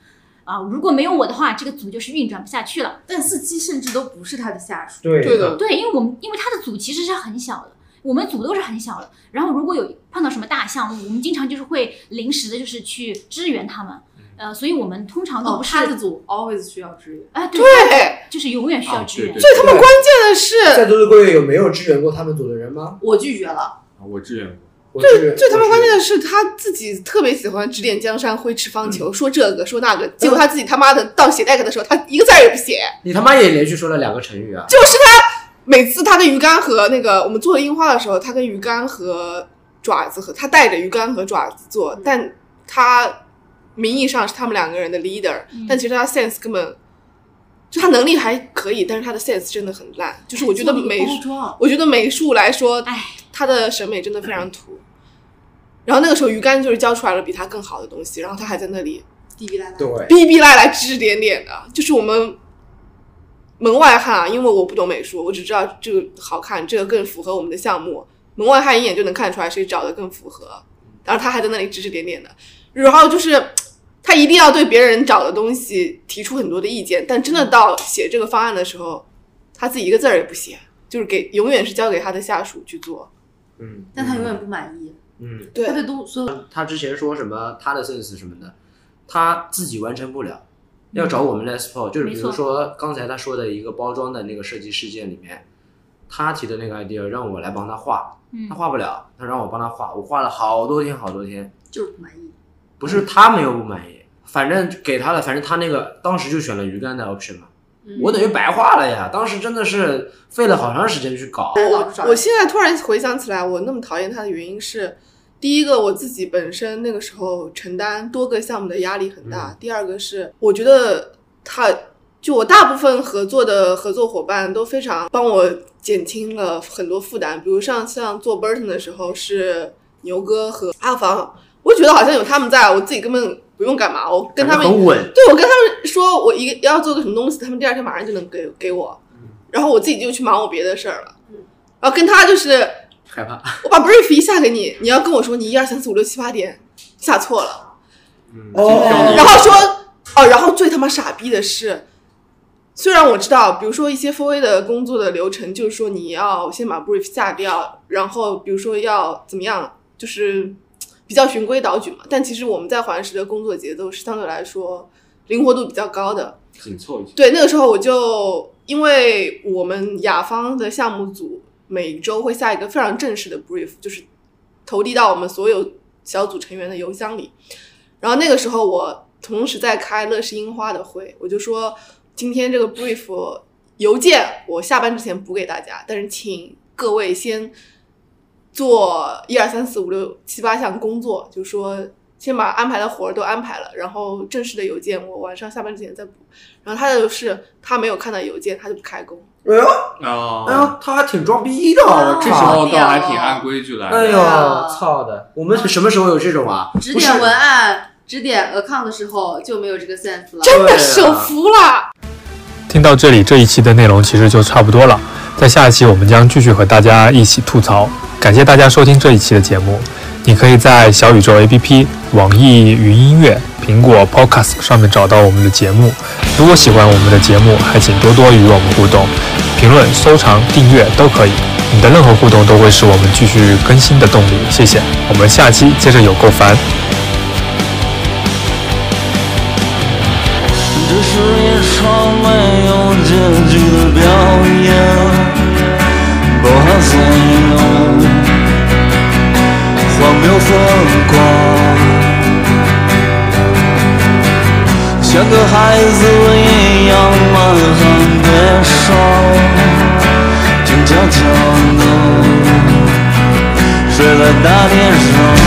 Speaker 5: 啊、如果没有我的话，这个组就是运转不下去了。
Speaker 1: 但司机甚至都不是他的下属。
Speaker 3: 对
Speaker 7: 对的，
Speaker 5: 对，因为我们因为他的组其实是很小的，我们组都是很小的。然后如果有碰到什么大项目，我们经常就是会临时的，就是去支援他们。呃，所以我们通常都
Speaker 1: 哦
Speaker 5: 不，是
Speaker 1: 他的组 always 需要支援。
Speaker 5: 啊，对，
Speaker 7: 对，
Speaker 5: 就是永远需要
Speaker 4: 啊
Speaker 5: 支
Speaker 4: 对
Speaker 5: 援。
Speaker 4: 对，
Speaker 7: 最他妈关键的是，
Speaker 3: 在座的各位有没有支援过他们组的人吗？
Speaker 1: 我拒绝了，
Speaker 4: 我志愿过，
Speaker 3: 我最
Speaker 7: 最他妈关键的是他自己特别喜欢指点江山、挥斥方遒，说这个说那个，结果他自己他妈的到写 deck 的时候，他一个字儿也不写。
Speaker 3: 你他妈也连续说了两个成语啊！
Speaker 7: 就是他每次他跟鱼竿和那个我们做樱花的时候，他跟鱼竿和爪子和他带着鱼竿和爪子做，但他名义上是他们两个人的 leader，、
Speaker 5: 嗯
Speaker 7: 但其实他 sense 根本就他能力还可以，但是他的 sense 真的很烂。就是我觉得
Speaker 1: 哎做了一个
Speaker 7: 美
Speaker 1: 包
Speaker 7: 术，
Speaker 1: 装
Speaker 7: 我觉得美术来说，
Speaker 5: 哎，
Speaker 7: 他的审美真的非常土。然后那个时候，鱼竿就是教出来了比他更好的东西，然后他还在那里
Speaker 1: 滴滴答答。
Speaker 3: 对，
Speaker 7: 逼逼赖赖、指指点点的，就是我们门外汉啊，因为我不懂美术，我只知道这个好看，这个更符合我们的项目。门外汉一眼就能看出来谁找的更符合，然后他还在那里指指点点的，然后就是他一定要对别人找的东西提出很多的意见，但真的到写这个方案的时候，他自己一个字儿也不写，就是给永远是交给他的下属去做。
Speaker 3: 嗯，
Speaker 1: 但他永远不满意，
Speaker 3: 嗯，
Speaker 7: 对
Speaker 1: 他对东所有
Speaker 3: 他之前说什么他的 sense 什么的，他自己完成不了，要找我们来 support。就是比如
Speaker 5: 没错
Speaker 3: 说刚才他说的一个包装的那个设计事件里面，他提的那个 idea 让我来帮他画，
Speaker 5: 嗯
Speaker 3: 他，画不了，他让我帮他画，我画了好多天好多天，
Speaker 1: 就是不满意。
Speaker 3: 不是他没有不满意，反正给他了，反正他那个当时就选了鱼竿的 option 嘛，
Speaker 1: 嗯
Speaker 3: 我等于白画了呀，当时真的是费了好长时间去搞。
Speaker 1: 我
Speaker 7: 我现在突然回想起来，我那么讨厌他的原因是，第一个我自己本身那个时候承担多个项目的压力很
Speaker 3: 嗯
Speaker 7: 大，第二个是我觉得他就我大部分合作的合作伙伴都非常帮我减轻了很多负担，比如上像做 Burton 的时候是牛哥和阿房，我觉得好像有他们在，我自己根本不用干嘛，我跟他
Speaker 3: 感
Speaker 7: 们嗯
Speaker 3: 觉很稳，
Speaker 7: 对，我跟他们说我一个要做个什么东西，他们第二天马上就能给给我，然后我自己就去忙我别的事儿了。然后跟他就是，
Speaker 3: 害怕。
Speaker 7: 我把 brief 一下给你，你要跟我说你一二三四五六七八点下错了，
Speaker 4: 嗯，
Speaker 3: 哦
Speaker 4: 标
Speaker 7: 然后说哦，然后最他妈傻逼的是，虽然我知道，比如说一些 f o a 的工作的流程，就是说你要先把 brief 下掉，然后比如说要怎么样，就是比较循规蹈矩嘛。但其实我们在环石的工作节奏是相对来说灵活度比较高的，
Speaker 4: 紧凑一些，
Speaker 7: 对，那个时候我就因为我们雅芳的项目组每周会下一个非常正式的 brief，就是投递到我们所有小组成员的邮箱里。然后那个时候我同时在开乐视樱花的会，我就说今天这个 brief 邮件我下班之前补给大家，但是请各位先做一二三四五六七八项工作，就说先把安排的活儿都安排了，然后正式的邮件我晚上下班之前再补。然后他就是他没有看到邮件，他就不开工。
Speaker 3: 哎呦，哎
Speaker 4: 哦，
Speaker 3: 呦，他还挺装逼的，
Speaker 1: 哦
Speaker 3: 我
Speaker 4: 这时
Speaker 3: 靠！
Speaker 4: 候倒还挺按规矩来
Speaker 3: 哎
Speaker 4: 的。
Speaker 3: 呦，操的！我们什么时候有这种啊？
Speaker 1: 指
Speaker 3: 不是
Speaker 1: 点文案、指点 account 的时候就没有这个 sense 了。
Speaker 7: 真
Speaker 3: 对
Speaker 7: 的
Speaker 3: 啊
Speaker 7: 手服了，
Speaker 8: 听到这里，这一期的内容其实就差不多了。在下一期，我们将继续和大家一起吐槽。感谢大家收听这一期的节目。你可以在小宇宙 APP、网易云音乐、苹果 Podcast 上面找到我们的节目。如果喜欢我们的节目，还请多多与我们互动，评论、收藏、订阅都可以。你的任何互动都会是我们继续更新的动力。谢谢，我们下期接着有够烦。
Speaker 9: 这是一场没有结局的表演，不好形容，荒谬疯狂，像个孩子一样满含悲伤，静悄悄的睡在大地上。